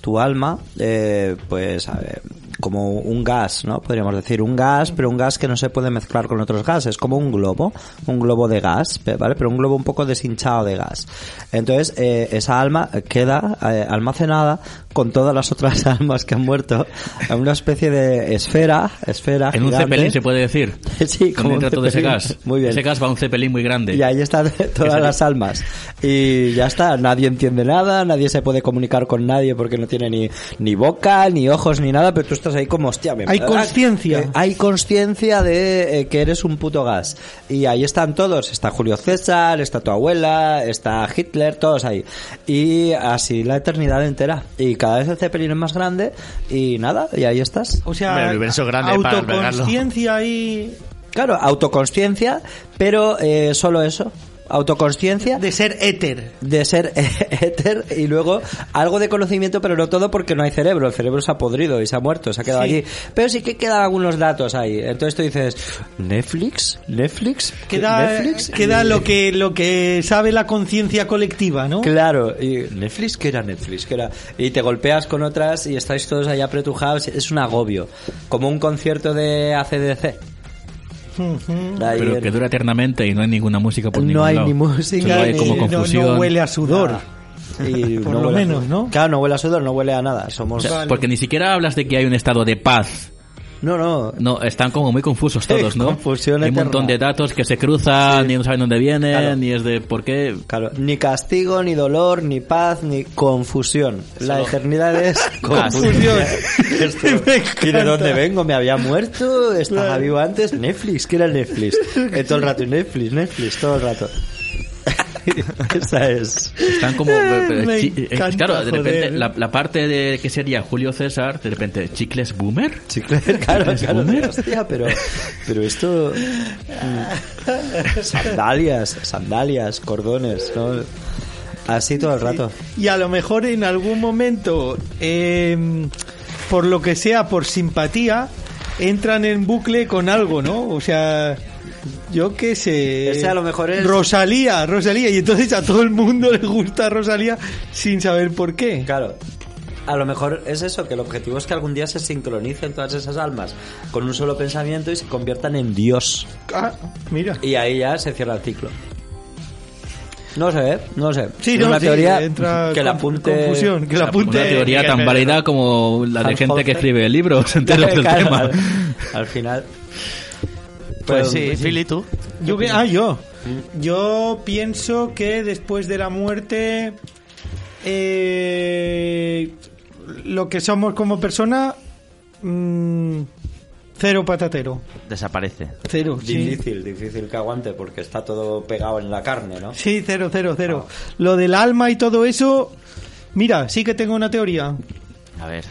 tu alma, eh, pues a ver, como un gas, ¿no? Podríamos decir un gas, pero un gas que no se puede mezclar con otros gases, como un globo, un globo de gas, pe- ¿vale? Pero un globo un poco deshinchado de gas. Entonces, eh, esa alma queda eh, almacenada con todas las otras *laughs* almas que han muerto en una especie de esfera, esfera
En un
gigante.
cepelín se puede decir.
*laughs* Sí, como
Donde
un
entra todo ese
cepelín.
gas.
Muy bien.
Ese gas va a un cepelín muy grande.
Y ahí están *laughs* todas las almas. Y ya está, nadie entiende nada, nadie se puede comunicar con nadie porque no tiene ni, ni boca, ni ojos, ni nada, pero tú estás ahí como, hostia, me
Hay
¿verdad?
consciencia.
Eh, hay conciencia de eh, que eres un puto gas. Y ahí están todos, está Julio César, está tu abuela, está Hitler, todos ahí. Y así la eternidad entera. Y cada vez el cepelín es más grande y nada, y ahí estás.
O sea,
Hombre, el universo grande para albergarlo.
autoconsciencia y
Claro, autoconsciencia, pero eh, solo eso. Autoconsciencia
De ser éter.
de ser *laughs* éter y luego algo de conocimiento, pero no todo porque no hay cerebro. El cerebro se ha podrido y se ha muerto, se ha quedado allí. Pero sí que quedan algunos datos ahí. Entonces tú dices, ¿Netflix? ¿Netflix?
Queda,
¿Netflix?
queda
Y-
lo que lo que sabe la conciencia colectiva, ¿no?
Claro, y Netflix, ¿qué era Netflix? ¿Qué era? Y te golpeas con otras y estáis todos allá apretujados, es un agobio. Como un concierto de ACDC. Ahí
Pero
en-
que dura eternamente y no hay ninguna música por ningún
no hay
lado.
ni música,
Solo hay
ni-
como
no-
confusión.
no huele a sudor.
y
Por
no
lo
huele a
menos,
sudor.
¿no?
Claro, no huele a sudor, no huele a nada.
O
Somos.
sea, Porque ni siquiera hablas de que hay un estado de paz.
No, no.
No, están como muy confusos todos, ¿no?
Confusión
Hay un
eterna.
montón de datos que se cruzan, ni no saben dónde vienen,
Claro.
ni es de por qué.
Claro, ni castigo, ni dolor, ni paz, ni confusión. La eternidad es *laughs* confusión. *laughs* Esto, ¿Y de dónde vengo? ¿Me había muerto? ¿Estaba vivo antes? Netflix, ¿qué era el *laughs* Netflix? Eh, todo el rato, Netflix, Netflix, todo el rato. *laughs* Esa es.
Están
*laughs*
como...
me
chi- eh,
encanta,
claro, de repente,
joder.
la, la parte de que sería Julio César, de repente, ¿chicles boomer?
Sí, claro, *laughs* claro,
¿Es
claro,
boomer?
hostia, pero, pero *laughs* esto... mm, Sandalias, sandalias, cordones, ¿no? Así todo el rato.
Y a lo mejor en algún momento, eh, por lo que sea, por simpatía, entran en bucle con algo, ¿no? O sea, yo qué sé.
Ese a lo mejor es-
Rosalía, Rosalía. Y entonces a todo el mundo le gusta Rosalía sin saber por qué.
Claro. A lo mejor es eso, que el objetivo es que algún día se sincronicen todas esas almas con un solo pensamiento y se conviertan en Dios.
Ah, mira.
Y ahí ya se cierra el ciclo. No sé, ¿eh? no sé.
Sí,
Es
no,
una
sí,
teoría
entra
que la
con-
apunte...
Confusión, que la apunte.
Una teoría tan válida como la de
Hans
gente que
Holzer.
escribe
*laughs*
libros enteros del
Claro, *laughs*
tema.
al, al final...
Pues sí, Philly, tú.
Yo que- ah, yo. Yo pienso que después de la muerte. eh, lo que somos como persona. mm, cero patatero.
Desaparece.
Cero. Sí.
Difícil, difícil que aguante porque está todo pegado en la carne, ¿no?
Sí, cero, cero, cero. Lo del alma y todo eso. Mira, sí que tengo una teoría.
A ver.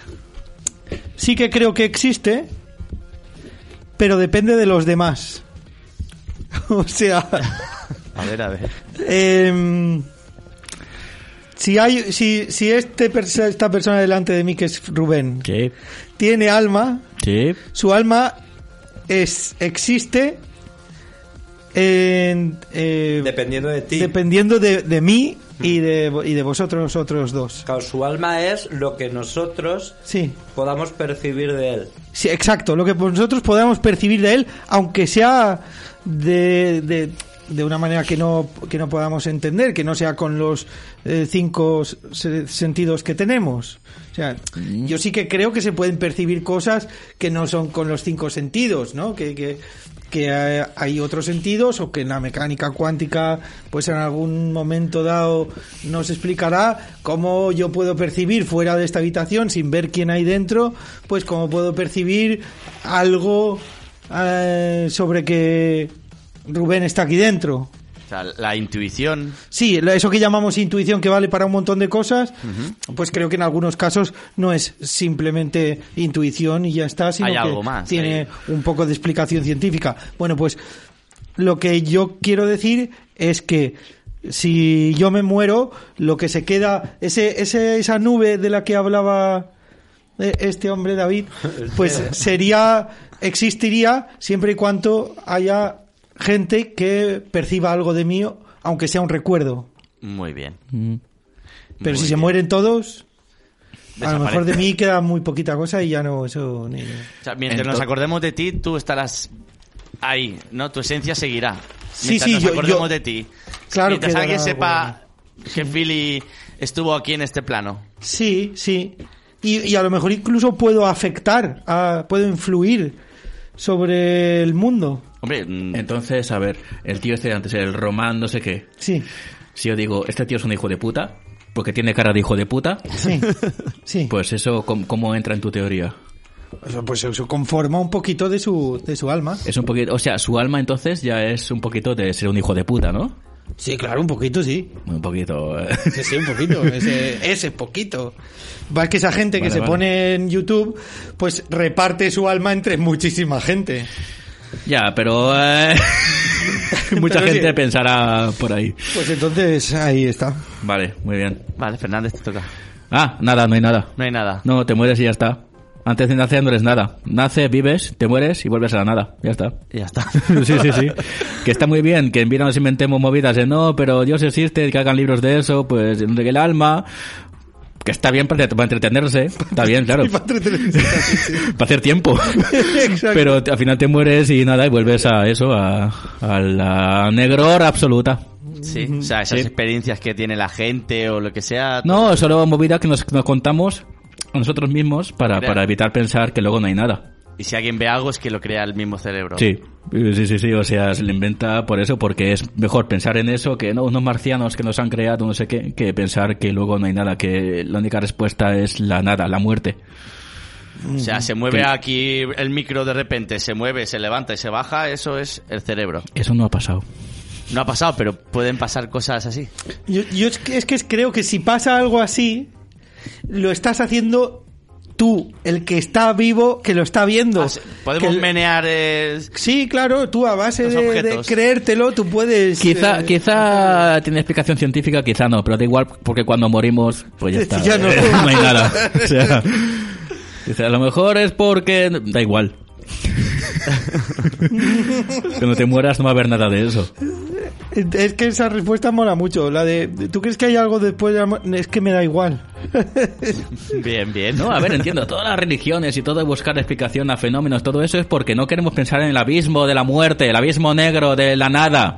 Sí que creo que existe. Pero depende de los demás. *laughs* O sea.
A ver, a ver.
Em, si hay, si, si este perso- esta persona delante de mí que es Rubén
Sí,
tiene alma,
sí.
su alma es existe en, eh,
Dependiendo de ti. Mm.
dependiendo de, de mí y de, vo- y de vosotros otros dos.
Claro, su alma es lo que nosotros
Sí,
podamos percibir de él.
sí, exacto. Lo que pues nosotros podamos percibir de él, aunque sea de, de, de una manera que no, que no podamos entender, que no sea con los eh, cinco se- sentidos que tenemos. O sea, yo sí que creo que se pueden percibir cosas que no son con los cinco sentidos, ¿no? Que, que, que hay- hay otros sentidos o que en la mecánica cuántica, pues en algún momento dado nos explicará cómo yo puedo percibir fuera de esta habitación sin ver quién hay dentro, pues cómo puedo percibir algo eh, sobre que Rubén está aquí dentro.
O sea, la intuición.
Sí, la- eso que llamamos intuición que vale para un montón de cosas, pues creo que en algunos casos no es simplemente intuición y ya está, sino
Hay
que
algo más
tiene
ahí.
un poco de explicación científica. Bueno, pues lo que yo quiero decir es que si yo me muero, lo que se queda, ese, ese- esa nube de la que hablaba eh, este hombre
*laughs*
David, pues sería, existiría siempre y cuando haya gente que perciba algo de mí, aunque sea un recuerdo.
Muy bien.
Pero
Muy
si se
bien.
mueren todos, a lo
Desaparece.
mejor de mí queda muy poquita cosa y ya no, eso ni-
O sea, mientras
Entonces-
nos acordemos de ti, tú estarás ahí, ¿no? Tu esencia seguirá.
Sí,
mientras
sí,
nos
yo-
acordemos
yo-
de ti.
Claro
mientras
que
alguien
dará
sepa que Philly estuvo aquí en este plano.
Sí, sí. Y, y a lo mejor incluso puedo afectar, a- puedo influir sobre el mundo.
Hombre, mm,
Eh.
Entonces, a ver, el tío este de antes, el Román, no sé qué.
Sí,
Si yo digo, este tío es un hijo de puta, porque tiene cara de hijo de puta,
*laughs*
sí, sí. Pues,
pues eso, ¿cómo, cómo entra en tu teoría?
eso- pues eso conforma un poquito de su, de su alma.
Es un poquito, o sea, su alma entonces ya es un poquito de ser un hijo de puta, ¿no?
Sí, claro, un poquito, sí.
Un poquito. eh. *laughs*
Sí, sí, un poquito, ese, ese poquito. Va que esa gente que
Vale,
se
vale.
pone en YouTube, pues reparte su alma entre muchísima gente.
Ya, pero eh, *laughs* mucha
Pero
gente
sí.
pensará por ahí.
Pues entonces ahí está.
Vale, muy bien.
Vale, Fernández, te toca.
Ah, nada, no hay nada.
No hay nada.
No, te mueres y ya está. Antes de nacer no eres nada. Naces, vives, te mueres y vuelves a la nada. Ya está.
*laughs*
Ya está.
*laughs* sí, sí, sí. Que está muy bien, que en vida nos inventemos movidas de no, pero Dios existe, que hagan libros de eso, pues de que el alma. Que está bien para, para entretenerse. Está bien, *laughs* claro. para hacer tiempo. Pero te- al final te mueres y nada, y vuelves a eso, a, a la negror absoluta.
Sí, o sea, esas
Sí.
experiencias que tiene la gente o lo que sea.
No, solo movidas que nos, nos contamos a nosotros mismos para, para evitar pensar que luego no hay nada.
Y si alguien ve algo es que lo crea el mismo cerebro.
Sí, sí, sí, sí, o sea, se le inventa por eso, porque es mejor pensar en eso que no, unos marcianos que nos han creado, no sé qué, que pensar que luego no hay nada, que la única respuesta es la nada, la muerte.
O sea, se mueve
Que-
aquí el micro de repente, se mueve, se levanta y se baja, eso es el cerebro.
Eso no ha pasado.
No ha pasado, pero pueden pasar cosas así.
*laughs* Yo, yo es, que, es que creo que si pasa algo así, lo estás haciendo tú, el que está vivo, que lo está viendo.
Ah, sí, Podemos
Oh, Que-
menear... eh,
Sí, claro, tú a base
Los
de, de
objetos.
creértelo, tú puedes...
Quizá,
eh,
quizá tiene explicación científica, quizá no, pero da igual, porque cuando morimos, pues ya está.
Ya no.
*laughs* no
*laughs*
hay nada. O sea, dice, a lo mejor es porque... Da igual. *laughs* Cuando te mueras no va a haber nada de eso.
Es que esa respuesta mola mucho. La de, ¿tú crees que hay algo después de la muerte? Es que me da igual.
Bien, bien.
No,
*laughs*
a ver, entiendo, todas las religiones y todo de buscar explicación a fenómenos, todo eso es porque no queremos pensar en el abismo de la muerte, el abismo negro de la nada.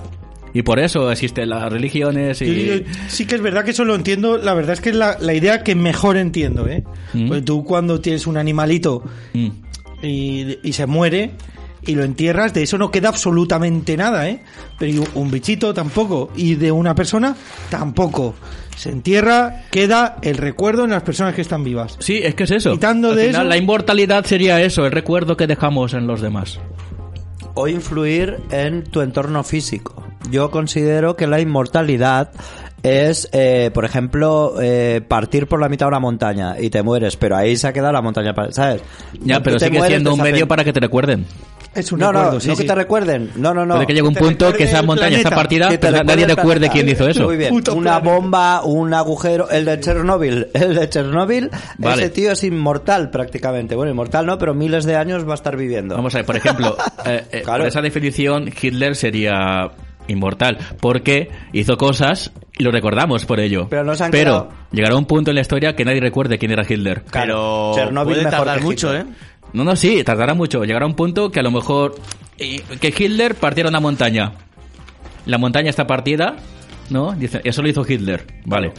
Y por eso existen las religiones
Yo- yo-
y...
sí que es verdad que eso lo entiendo. La verdad es que es la, la idea que mejor entiendo, ¿eh?
Mm.
Pues tú cuando tienes un animalito
Mm.
y, y se muere y lo entierras, de eso no queda absolutamente nada, ¿eh? Pero y un bichito tampoco. Y de una persona tampoco. Se entierra, queda el recuerdo en las personas que están vivas.
Sí, es que es eso.
Quitando
Al
de
final,
eso-
La inmortalidad sería eso, el recuerdo que dejamos en los demás.
o influir en tu entorno físico. Yo considero que la inmortalidad es, eh, por ejemplo, eh, partir por la mitad de una montaña y te mueres, pero ahí se ha quedado la montaña, pa- ¿sabes?
Ya,
Tú
pero
te
sigue
mueres
siendo
de
un
esa
medio
pena.
para que te recuerden.
Es un
no,
recuerdo,
no,
sí,
no que
sí.
te recuerden. No, no, no.
Puede que llegue un
te
punto que
recuerde
esa
el
montaña está
planeta,
partida,
Que te
pero nadie
recuerde el
recuerde
planeta.
quién hizo eso.
Muy bien.
Puto
Una
planeta.
bomba, un agujero, el de Chernóbil, *laughs* el de Chernóbil,
Vale.
ese tío es inmortal prácticamente. Bueno, inmortal no, pero miles de años va a estar viviendo.
Vamos a ver, por ejemplo, eh, eh,
*laughs* Claro.
por esa definición, Hitler sería inmortal, porque hizo cosas y lo recordamos por ello.
Pero no se han quedado-
llegará un punto en la historia que nadie recuerde quién era Hitler.
Pero puede tardar mucho,
Hitler.
¿eh?
No, no, sí, tardará mucho. Llegará un punto que a lo mejor... eh, que Hitler partiera una montaña. La montaña está partida, ¿no? Dice, eso lo hizo Hitler, vale.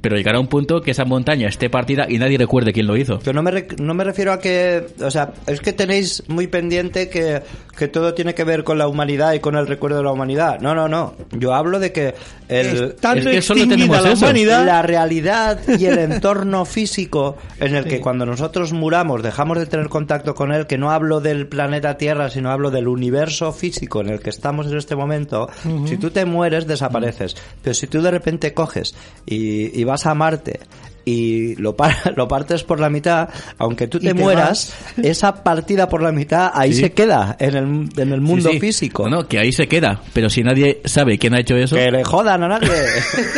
Pero llegará un punto que esa montaña esté partida y nadie recuerde quién lo hizo.
Pero no me, re- no me refiero a que... O sea, es que tenéis muy pendiente que, que todo tiene que ver con la humanidad y con el recuerdo de la humanidad. No, no, no. Yo hablo de que el,
Está
es que solo
extinguida
tenemos
la
eso.
humanidad.
la realidad y el entorno físico en el que cuando nosotros muramos dejamos de tener contacto con él, que no hablo del planeta Tierra, sino hablo del universo físico en el que estamos en este momento, si tú te mueres desapareces, pero si tú de repente coges y, y vas a Marte y lo, par- *laughs* lo partes por la mitad, aunque tú te,
te
mueras,
*laughs*
esa partida por la mitad ahí se queda en el, en el mundo
Sí, sí.
físico.
No, no, que ahí se queda. Pero si nadie sabe quién ha hecho eso...
Que le jodan a *laughs* nadie.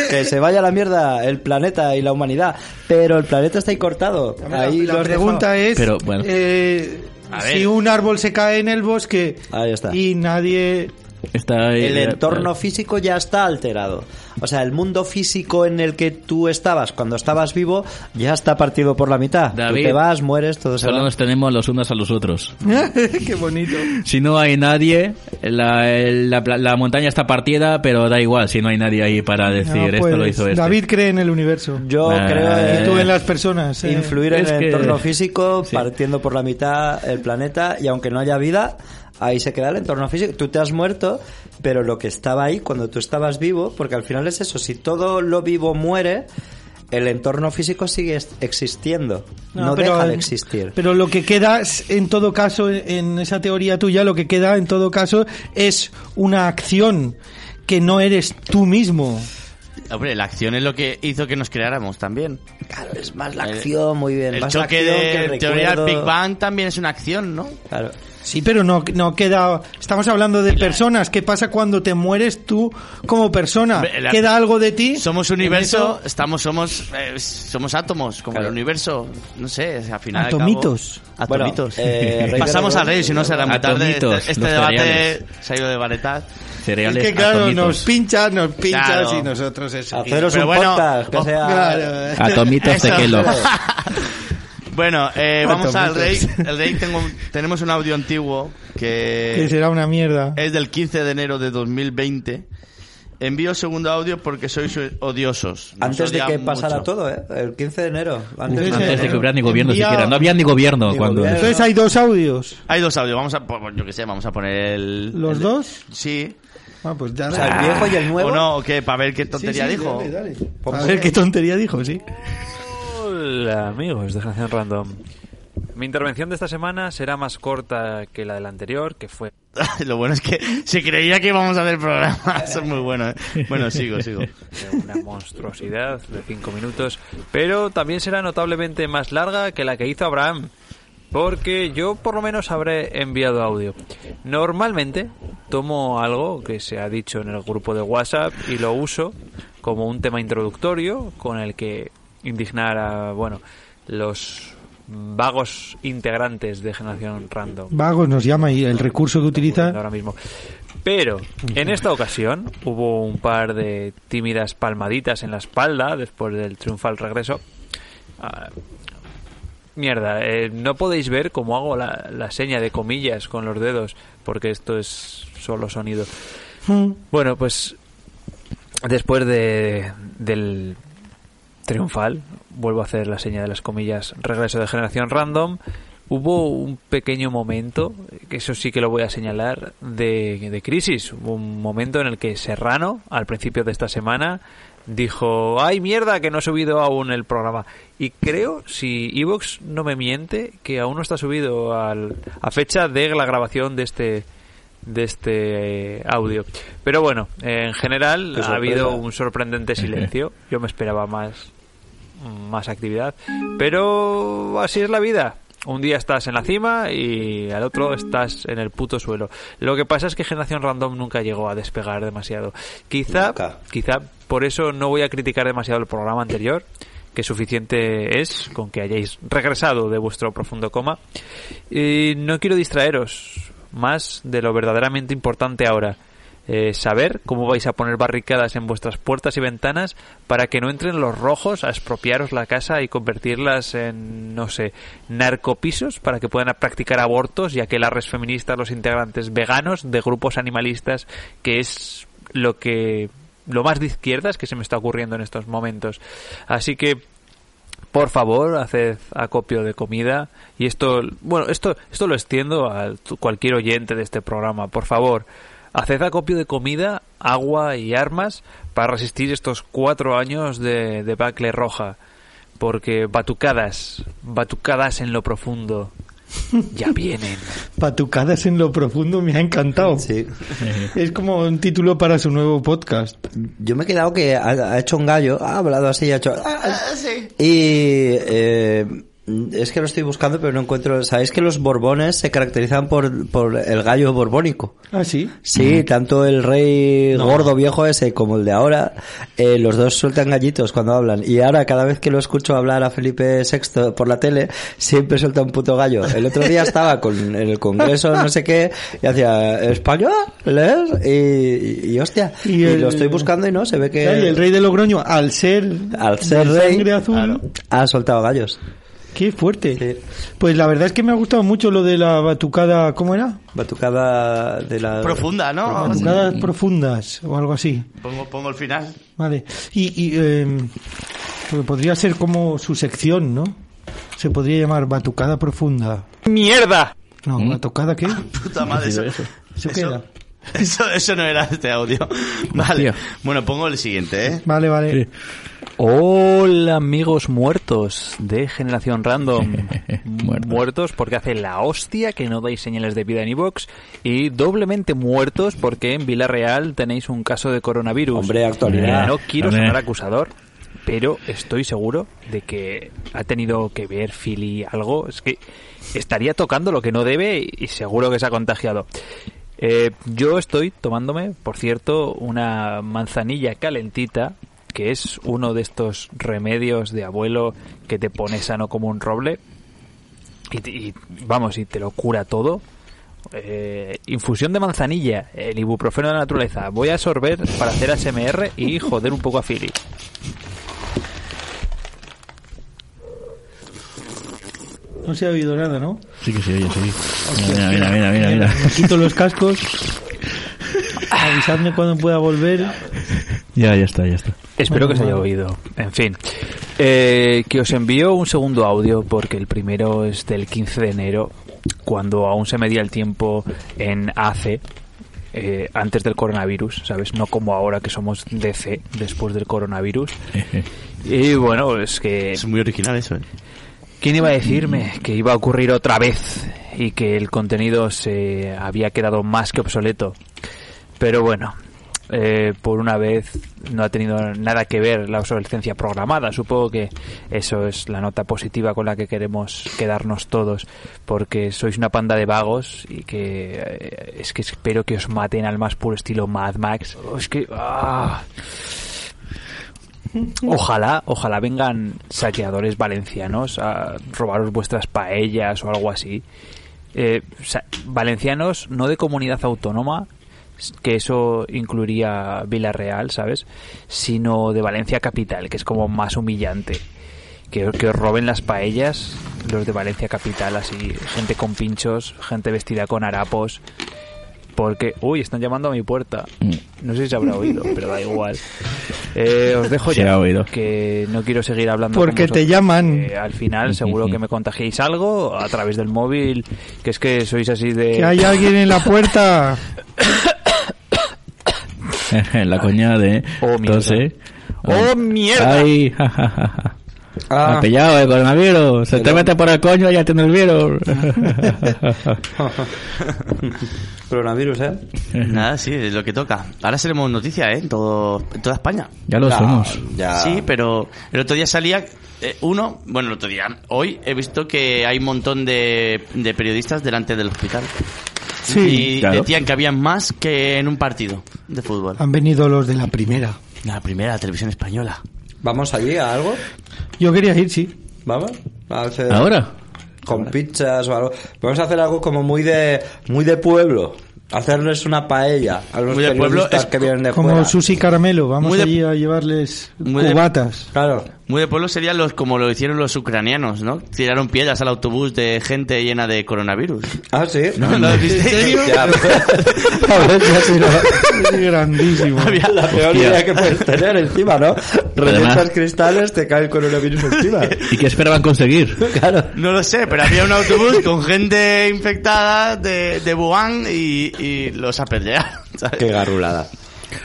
que se vaya a la mierda el planeta y la humanidad. Pero el planeta está ahí cortado. Ahí
la
lo has
pregunta
dejado.
es
Pero, bueno.
eh,
A ver.
si un árbol se cae en el bosque
Ahí está. eh. *laughs*
y nadie
Está ahí- eh,
El entorno físico ya está alterado. O sea, el mundo físico en el que tú estabas cuando estabas vivo ya está partido por la mitad.
David,
tú te vas, mueres, todo se
Solo
va.
nos tenemos los unos a los otros.
qué bonito
Si no hay nadie, la, el- la pla- la montaña está partida, pero da igual si no hay nadie ahí para decir
No,
esto lo
pues,
hizo este. Ah,
David cree en el universo
Ah, Yo
Nah.
creo
Y
y tú
eh,
en las personas eh.
influir en
Es
el
que-
entorno físico
Sí.
partiendo por la mitad el planeta y aunque no haya vida ahí se queda el entorno físico tú te has muerto pero lo que estaba ahí cuando tú estabas vivo porque al final es eso si todo lo vivo muere el entorno físico sigue es- existiendo no,
pero-
deja de existir
pero lo que queda es, en todo caso en esa teoría tuya lo que queda en todo caso es una acción que no eres tú mismo
Hombre, la acción es lo que hizo que nos creáramos también.
claro es más la acción muy bien
El
más la
choque
acción que
de
el
teoría del
recuerdo.
Big Bang también es una acción, ¿no?
Claro.
Sí, pero no, no queda. Estamos hablando de personas. ¿Qué pasa cuando te mueres tú como persona?
Hombre, la-
¿Queda algo de ti?
Somos
En
universo,
eso-
estamos, somos, eh, somos átomos, como el universo. No sé, al final.
Atomitos.
al cabo- atomitos.
Bueno,
*laughs*
eh, Rey
Pasamos
de
a
Aragón.
Rey, si no será muy tarde. Este,
Atomitos,
este
los
debate
cereales.
se ha ido de varetad.
Es
Cereales
que claro, nos
atomitos.
pinchas, nos pinchas
Claro.
y nosotros eso.
Haceros
Pero
un
bueno,
podcast que
oh,
sea...
Claro. eh.
Atomitos de
Eso.
Kellogg's.
*laughs* Bueno, eh, vamos al Rey.
Atomitos.
El Rey tengo, un- tenemos un audio antiguo
Que será una mierda.
Es del 15 de enero de 2020. Envío segundo audio porque sois odiosos. Nos
Antes de
odian
que pasara
mucho.
todo, ¿eh? El 15 de enero. Antes,
Uf,
de
Antes de que
enero.
hubiera ni gobierno
Envía-
siquiera. No había ni gobierno
Ni
cuando.
gobierno.
Entonces hay dos audios.
Hay dos audios, vamos a, pues, yo que sé, vamos a poner el...
¿Los
el-
dos?
Sí.
Ah, pues ya.
O sea, el viejo y el nuevo.
¿O no? ¿O qué? Para ver qué
Sí, sí,
tontería dijo.
dale, dale. A ver qué tontería dijo, sí.
Hola amigos de Generación Random. Mi intervención de esta semana será más corta que la del anterior, que fue
*laughs* Lo bueno es que se creía que íbamos a ver programas. *laughs* Eso es muy bueno. ¿eh? Bueno, sigo, *laughs* sigo.
una monstruosidad de 5 minutos, pero también será notablemente más larga que la que hizo Abraham, porque yo por lo menos habré enviado audio. Normalmente tomo algo que se ha dicho en el grupo de WhatsApp y lo uso como un tema introductorio con el que indignar a, bueno, los vagos integrantes de Generación Random.
Vagos nos llama y el recurso que
ocurriendo
utiliza.
ahora mismo. Pero en esta ocasión hubo un par de tímidas palmaditas en la espalda después del triunfal regreso. Ah, mierda, eh, no podéis ver cómo hago la, la seña de comillas con los dedos, porque esto es solo sonido. Bueno, pues después de, del triunfal, vuelvo a hacer la seña de las comillas, regreso de generación random, hubo un pequeño momento, que eso sí que lo voy a señalar, de, de crisis. Hubo un momento en el que Serrano, al principio de esta semana, dijo, ay mierda, que no he subido aún el programa. Y creo, si Evox no me miente, que aún no está subido al- a fecha de la grabación de este de este eh, audio. Pero bueno, en general
Qué
ha habido
sorpresa.
un sorprendente
*laughs*
silencio. Yo me esperaba más más actividad, pero así es la vida. Un día estás en la cima y al otro estás en el puto suelo. Lo que pasa es que Generación Random nunca llegó a despegar demasiado. Quizá,
Nunca.
quizá por eso no voy a criticar demasiado el programa anterior, que suficiente es con que hayáis regresado de vuestro profundo coma. Y no quiero distraeros más de lo verdaderamente importante ahora. Eh, saber cómo vais a poner barricadas en vuestras puertas y ventanas para que no entren los rojos a expropiaros la casa y convertirlas en, no sé, narcopisos para que puedan practicar abortos y aquelarres feministas los integrantes veganos de grupos animalistas, que es lo que lo más de izquierdas que se me está ocurriendo en estos momentos. Así que por favor, haced acopio de comida. Y esto, bueno, esto, esto lo extiendo a tu- cualquier oyente de este programa. Por favor, haced acopio de comida, agua y armas para resistir estos cuatro años de, de bacle roja. Porque batucadas, batucadas en lo profundo, ya vienen.
Patucadas en lo profundo me ha encantado.
Sí.
Es como un título para su nuevo podcast.
Yo me he quedado que ha, ha hecho un gallo, ha hablado así y ha hecho...
Ah, sí.
Y eh, es que lo estoy buscando, pero no encuentro. Sabéis que los borbones se caracterizan por, por el gallo borbónico.
Ah, sí.
Sí, tanto el rey gordo viejo ese como el de ahora, eh, los dos sueltan gallitos cuando hablan. Y ahora cada vez que lo escucho hablar a Felipe VI por la tele, siempre suelta un puto gallo. El otro día estaba con, en el Congreso, no sé qué, y hacía español, leer, y, y, hostia.
Y
Y,
el-
lo estoy buscando y no, se ve que
Claro, y el rey de Logroño, al ser,
Al ser
de
rey,
sangre azul,
claro, ha soltado gallos.
qué fuerte.
Sí.
Pues la verdad es que me ha gustado mucho lo de la batucada, ¿cómo era?
Batucada de la...
Profunda, ¿no?
Ah,
Vamos,
Batucadas profundas o algo así.
Pongo, pongo el final.
Vale. Y, y, eh, pues podría ser como su sección, ¿no? Se podría llamar batucada profunda.
¡Mierda!
No, batucada qué?
Puta madre, eso, eso,
Eso
eso,
queda.
*laughs* eso no era este *laughs* audio. Vale.
Hostia.
Bueno, pongo el siguiente, ¿eh?
Vale, vale.
Hola amigos muertos de Generación Random.
Muertos.
Muertos porque hace la hostia que no dais señales de vida en Evox y doblemente muertos porque en Villarreal tenéis un caso de coronavirus.
Hombre, actualidad.
No quiero
Hombre.
sonar acusador, pero estoy seguro de que ha tenido que ver Philly algo. Es que estaría tocando lo que no debe y seguro que se ha contagiado. Eh, yo estoy tomándome, por cierto, una manzanilla calentita, que es uno de estos remedios de abuelo que te pone sano como un roble. Y, te- y, vamos, y te lo cura todo. Eh, infusión de manzanilla, el ibuprofeno de la naturaleza. Voy a sorber para hacer ASMR y joder un poco a Philly.
No se ha oído nada, ¿no?
Sí que se oye, sí. Mira, mira, mira, mira, mira.
Me quito los cascos. Avisadme cuando pueda volver.
*laughs* Ya, ya está, ya está. *laughs*
Espero que se haya oído. En fin, eh, que os envío un segundo audio porque el primero es del 15 de enero, cuando aún se medía el tiempo en AC, eh, antes del coronavirus, ¿sabes? No como ahora que somos DC, después del *laughs* coronavirus. Y bueno, es que...
Es muy original eso, ¿eh?
¿Quién iba a decirme que iba a ocurrir otra vez y que el contenido se había quedado más que obsoleto? Pero bueno, eh, por una vez no ha tenido nada que ver la obsolescencia programada. Supongo que eso es la nota positiva con la que queremos quedarnos todos, porque sois una panda de vagos y que eh, es que espero que os maten al más puro estilo Mad Max. Oh, Es que... ah. Ojalá, ojalá vengan saqueadores valencianos a robaros vuestras paellas o algo así. Eh, sa- valencianos no de comunidad autónoma, s- que eso incluiría Villarreal, ¿sabes? Sino de Valencia Capital, que es como más humillante. Que, que os roben las paellas los de Valencia Capital, así, gente con pinchos, gente vestida con harapos. Porque, uy, están llamando a mi puerta.
Mm.
No sé si se habrá oído, pero da
*laughs*
igual. Eh, os dejo
Se
ya.
ha oído.
Que no quiero seguir hablando. con
Porque te
vosotros,
llaman.
que al final, seguro que me contagiéis algo a través del móvil. Que es que sois así de.
Que hay alguien en la puerta.
la coñada de...
Oh, mierda.
Entonces... Ah.
¡Oh, mierda!
¡Ay! ja, ja, ja, ja.
Ah.
Me ha pillado el coronavirus. Se te
Pero-
mete por el coño y ya tiene
*laughs*
el virus. *laughs*
Coronavirus, ¿eh?
Nada, sí, es lo que toca. Ahora seremos noticia, ¿eh? En, todo, en toda España.
ya lo
Ya,
somos.
Ya.
Sí, pero el otro día salía eh, uno, bueno, el otro día, hoy he visto que hay un montón de, de periodistas delante del hospital.
Sí,
y
claro. Ah.
decían que habían más que en un partido de fútbol.
Han venido los de la primera.
La primera, la televisión española.
¿Vamos allí a algo?
Yo quería ir, sí.
¿Vamos? A hacer-
¿Ahora?
Con pizzas o algo. Vamos a hacer algo como muy de muy de pueblo. Hacerles una paella a los
Muy de pueblo
periodistas
es
que vienen de
Como
fuera.
Susi Caramelo. Vamos
Muy de-
allí a llevarles
muy de-
cubatas.
*laughs* Claro.
Muy de pueblo serían los como lo hicieron los ucranianos, ¿no? Tiraron piedras al autobús de gente llena de coronavirus.
Ah, sí. *laughs*
¿No lo has visto?
Ya, pues,
A ver, ya se lo-
*laughs*
es grandísimo.
Había-
*laughs* la peor
Hostia.
idea que puedes tener encima, ¿no? Revientas cristales, te cae el coronavirus
*laughs*
encima.
¿Y qué esperaban conseguir?
Claro.
No lo sé, pero había un autobús con gente infectada de, de Wuhan y, y los apedrearon. ¿sabes?
Qué garrulada.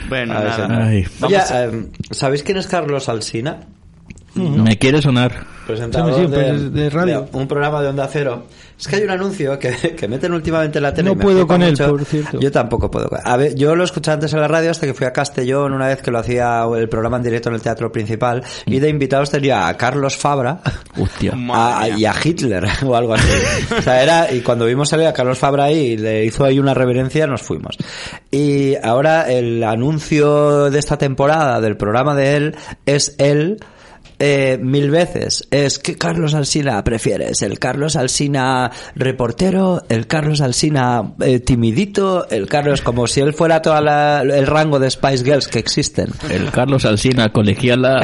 Bueno,
A ver,
nada.
señor.
Ay,
Oye,
eh.
em, ¿sabéis quién es Carlos Alsina?
Me quiere sonar.
presentador
Como siempre,
de,
pues es de radio.
de un programa de Onda Cero. Es que hay un anuncio que, *laughs* que meten últimamente en la tele.
No
y me
puedo
flipa
con él, por cierto.
Yo tampoco puedo. con- A ver, yo lo escuché antes en la radio hasta que fui a Castellón una vez que lo hacía el programa en directo en el Teatro Principal.
Mm.
Y de invitados tenía a Carlos Fabra.
Hostia.
a-
Madre mía.
Ah, y a Hitler *laughs* o algo así. O sea, era, y cuando vimos salir a Carlos Fabra ahí y le hizo ahí una reverencia, nos fuimos. Y ahora el anuncio de esta temporada del programa de él es él eh, mil veces. Es que Carlos Alsina prefieres, el Carlos Alsina reportero, el Carlos Alsina eh, timidito, el Carlos como si él fuera todo el rango de Spice Girls que existen.
El Carlos Alsina, colegiala.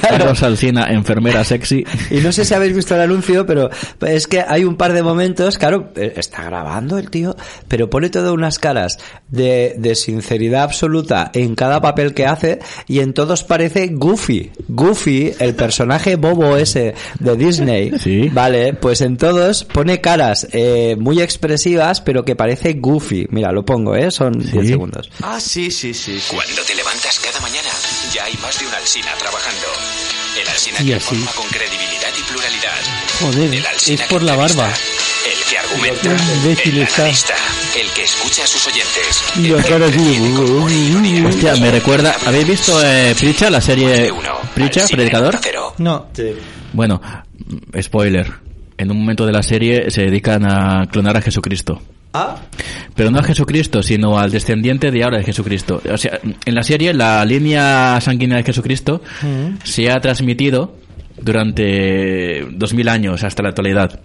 Carlos Alsina, enfermera sexy.
Y no sé si habéis visto el anuncio, pero es que hay un par de momentos, claro, eh, está grabando el tío, pero pone todas unas caras de, de sinceridad absoluta en cada papel que hace y en todos parece Goofy. Goofy, el personaje bobo ese de Disney.
Sí.
Vale, pues en todos pone caras eh, muy expresivas, pero que parece Goofy. Mira, lo pongo, ¿eh? Son 10 segundos.
Ah, sí, sí, sí. sí.
Cuando te levantas cada mañana, ya hay más de un Alsina trabajando. El Alsina
Y
que
así.
informa con credibilidad y pluralidad.
Joder,
El Alsina
es
que
por la
entrevista,
barba.
El que argumenta.
Qué imbécil
el
está.
analista, El que escucha a sus oyentes.
Y la
el que
cara así,
entretiene con humor e ironía.
Hostia, me recuerda. ¿Habéis visto eh, Pritcha, la
Más de
serie
uno.
Pritchard,
Alsina
predicador.
en Onda Cero.
No,
Bueno, mm, spoiler. En un momento de la serie se dedican a clonar a Jesucristo.
Ah,
Pero no a Jesucristo, sino al descendiente de ahora de Jesucristo. O sea, en la serie la línea sanguínea de Jesucristo se ha transmitido durante 2000 años hasta la actualidad.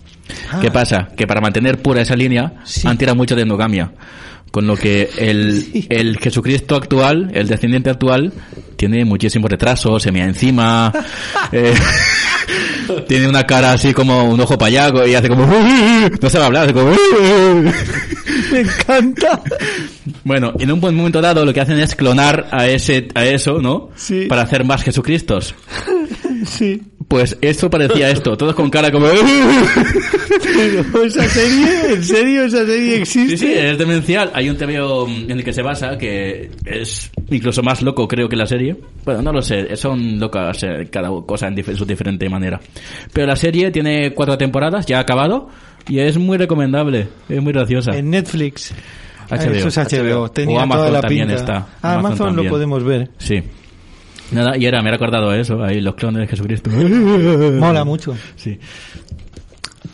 ¿Qué pasa? Que para mantener pura esa línea han tirado mucho de endogamia. Con lo que el, el Jesucristo actual, el descendiente actual, tiene muchísimos retrasos, se mea encima, eh, tiene una cara así como un ojo payaco y hace como... No sabe hablar, hace como...
*laughs* me encanta.
Bueno, en un buen momento dado lo que hacen es clonar a ese a eso, ¿no?
Sí.
Para hacer más Jesucristos.
Sí.
Pues esto parecía esto, todos con cara como *laughs*
¿Esa serie? ¿En serio esa serie
Sí,
existe?
sí, es demencial. Hay un TVO en el que se basa que es incluso más loco, creo, que la serie. Bueno, no lo sé, son locas eh, cada cosa en dif- su diferente manera. Pero la serie tiene cuatro temporadas, ya ha acabado, y es muy recomendable, es muy graciosa.
En Netflix. Ah,
HBO.
Eso es HBO. Tenía
O Amazon
toda la
también
pinta.
está.
Ah, Amazon,
Amazon
lo
también.
podemos ver.
Sí. Nada, y era, me he recordado eso, ahí los clones
*laughs*
de Jesucristo.
Mola mucho.
Sí.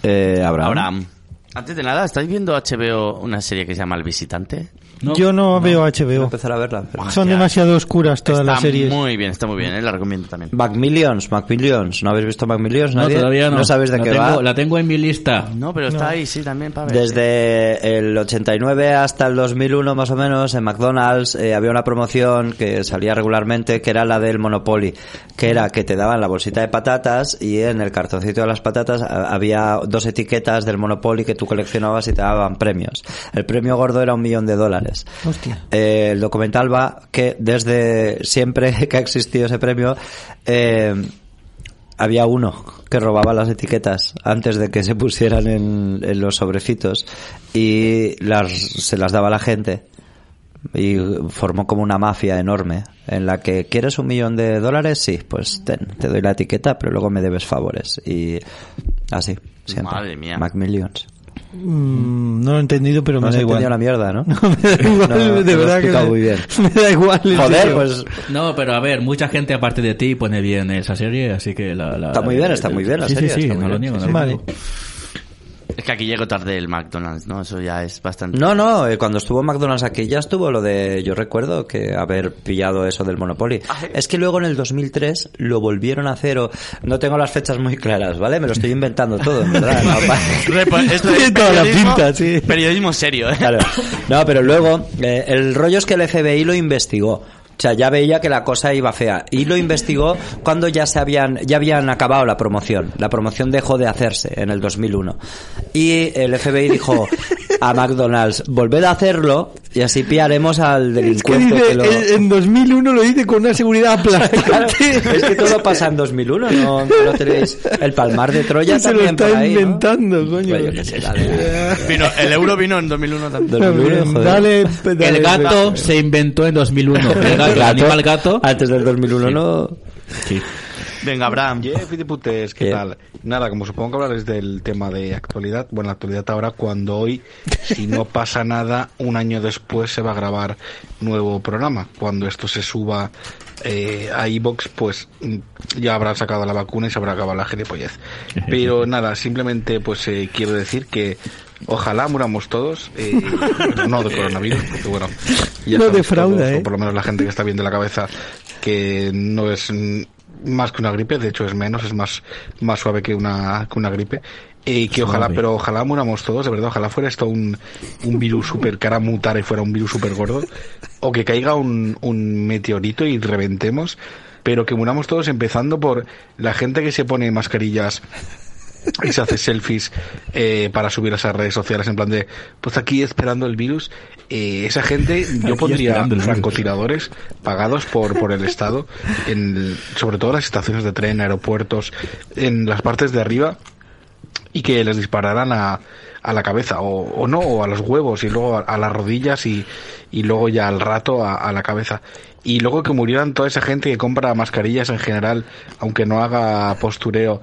eh, Abraham.
Abraham. Antes de nada, ¿estáis viendo HBO una serie que se llama El Visitante?
No,
Yo no, veo
Voy a
HBO.
empezar a verla.
Son
Ya.
demasiado oscuras todas
está
las series.
muy bien, está muy bien, ¿eh? la recomiendo también.
Macmillions, Macmillions. ¿No habéis visto Macmillions?
no,
¿Nadie?
todavía no.
No sabéis de
la
qué
tengo,
va.
La tengo en mi lista.
No, pero está ahí, sí, también, para ver.
Desde el 89 hasta el 2001 más o menos en McDonald's eh, había una promoción que salía regularmente que era la del Monopoly, que era que te daban la bolsita de patatas y en el cartoncito de las patatas a- había dos etiquetas del Monopoly que tú coleccionabas y te daban premios. El premio gordo era un millón de dólares.
Hostia.
Eh, el documental va que desde siempre *laughs* que ha existido ese premio eh, había uno que robaba las etiquetas antes de que se pusieran en, en los sobrecitos y las, se las daba a la gente y formó como una mafia enorme en la que quieres un millón de dólares sí pues ten te doy la etiqueta pero luego me debes favores y así siempre
Madre mía.
Macmillions
Mm, no lo he entendido, pero
no
me
has
da igual. *laughs*
entendido la mierda ¿no?
me da igual,
No, te
de
lo he
verdad que
explicado
me,
muy bien.
*laughs* me da igual. en
joder
serio.
pues
No, pero a ver, mucha gente aparte de ti pone bien esa serie, así que la... la-
Está muy bien, está muy bien la
sí,
serie,
Sí, sí,
está muy
no lo
bien,
niego,
sí,
no lo
Vale.
niego.
Es que aquí llego tarde el McDonald's, ¿no? Eso ya es bastante...
No, no, eh, cuando estuvo McDonald's aquí ya estuvo lo de, yo recuerdo que haber pillado eso del Monopoly. Es que luego en el 2003 lo volvieron a hacer o no tengo las fechas muy claras, ¿vale? Me lo estoy inventando todo, en verdad. *laughs* No, pa-
*laughs*
Repa- *laughs* esto es
Tiene toda la
periodismo-
pinta, sí.
Periodismo serio, ¿eh?
Claro. No, pero luego eh, el rollo es que el FBI lo investigó. O sea, ya veía que la cosa iba fea y lo investigó cuando ya se habían ya habían acabado la promoción. La promoción dejó de hacerse en el 2001. Y el FBI dijo a McDonald's, "Volved a hacerlo y así pillaremos al
Es que
delincuente
dice,
que lo
en- en 2001 lo dice con una seguridad *laughs*
Claro,
aplastante.
es
*laughs*
que todo pasa en 2001, no, no lo tenéis. El palmar de Troya
se lo
también
está
por ahí, ¿no?
inventando, coño.
Bueno, yo qué sé, dale.
Vino, el euro vino en 2001 también.
2001, joder.
Dale, dale,
El gato se inventó en 2001. El gato, el animal gato.
Antes del 2001 no.
Sí.
Venga, Abraham.
Jeff y de putes, ¿qué
Bien.
tal? Nada, como supongo que hablaréis del tema de actualidad, bueno, la actualidad ahora cuando hoy, si no pasa nada, un año después se va a grabar nuevo programa. Cuando esto se suba eh, a iBox, pues mm, ya habrán sacado la vacuna y se habrá acabado la gilipollez. Pero nada, simplemente pues eh, quiero decir que ojalá muramos todos, eh, pero *laughs* no de coronavirus, porque bueno, ya
No
sabes
defrauda,
todos, o
¿eh?
por lo menos la gente que está bien de la cabeza, que no es mm, más que una gripe, de hecho es menos, es más, más suave que una, que una gripe. Y Eh, que ojalá,
Suave.
pero ojalá muramos todos, de verdad, ojalá fuera esto un, un virus super cara mutar y fuera un virus super gordo, o que caiga un, un meteorito y reventemos, pero que muramos todos empezando por la gente que se pone mascarillas y se hace selfies eh, para subir a esas redes sociales en plan de pues aquí esperando el virus Eh, esa gente yo
Aquí
pondría
esperando el virus.
francotiradores pagados por por el estado en el- sobre todo en las estaciones de tren aeropuertos en las partes de arriba y que les dispararan a, a la cabeza o, o no, o a los huevos y luego a, a las rodillas y, y luego ya al rato a, a la cabeza. Y luego que murieran toda esa gente que compra mascarillas en general, aunque no haga postureo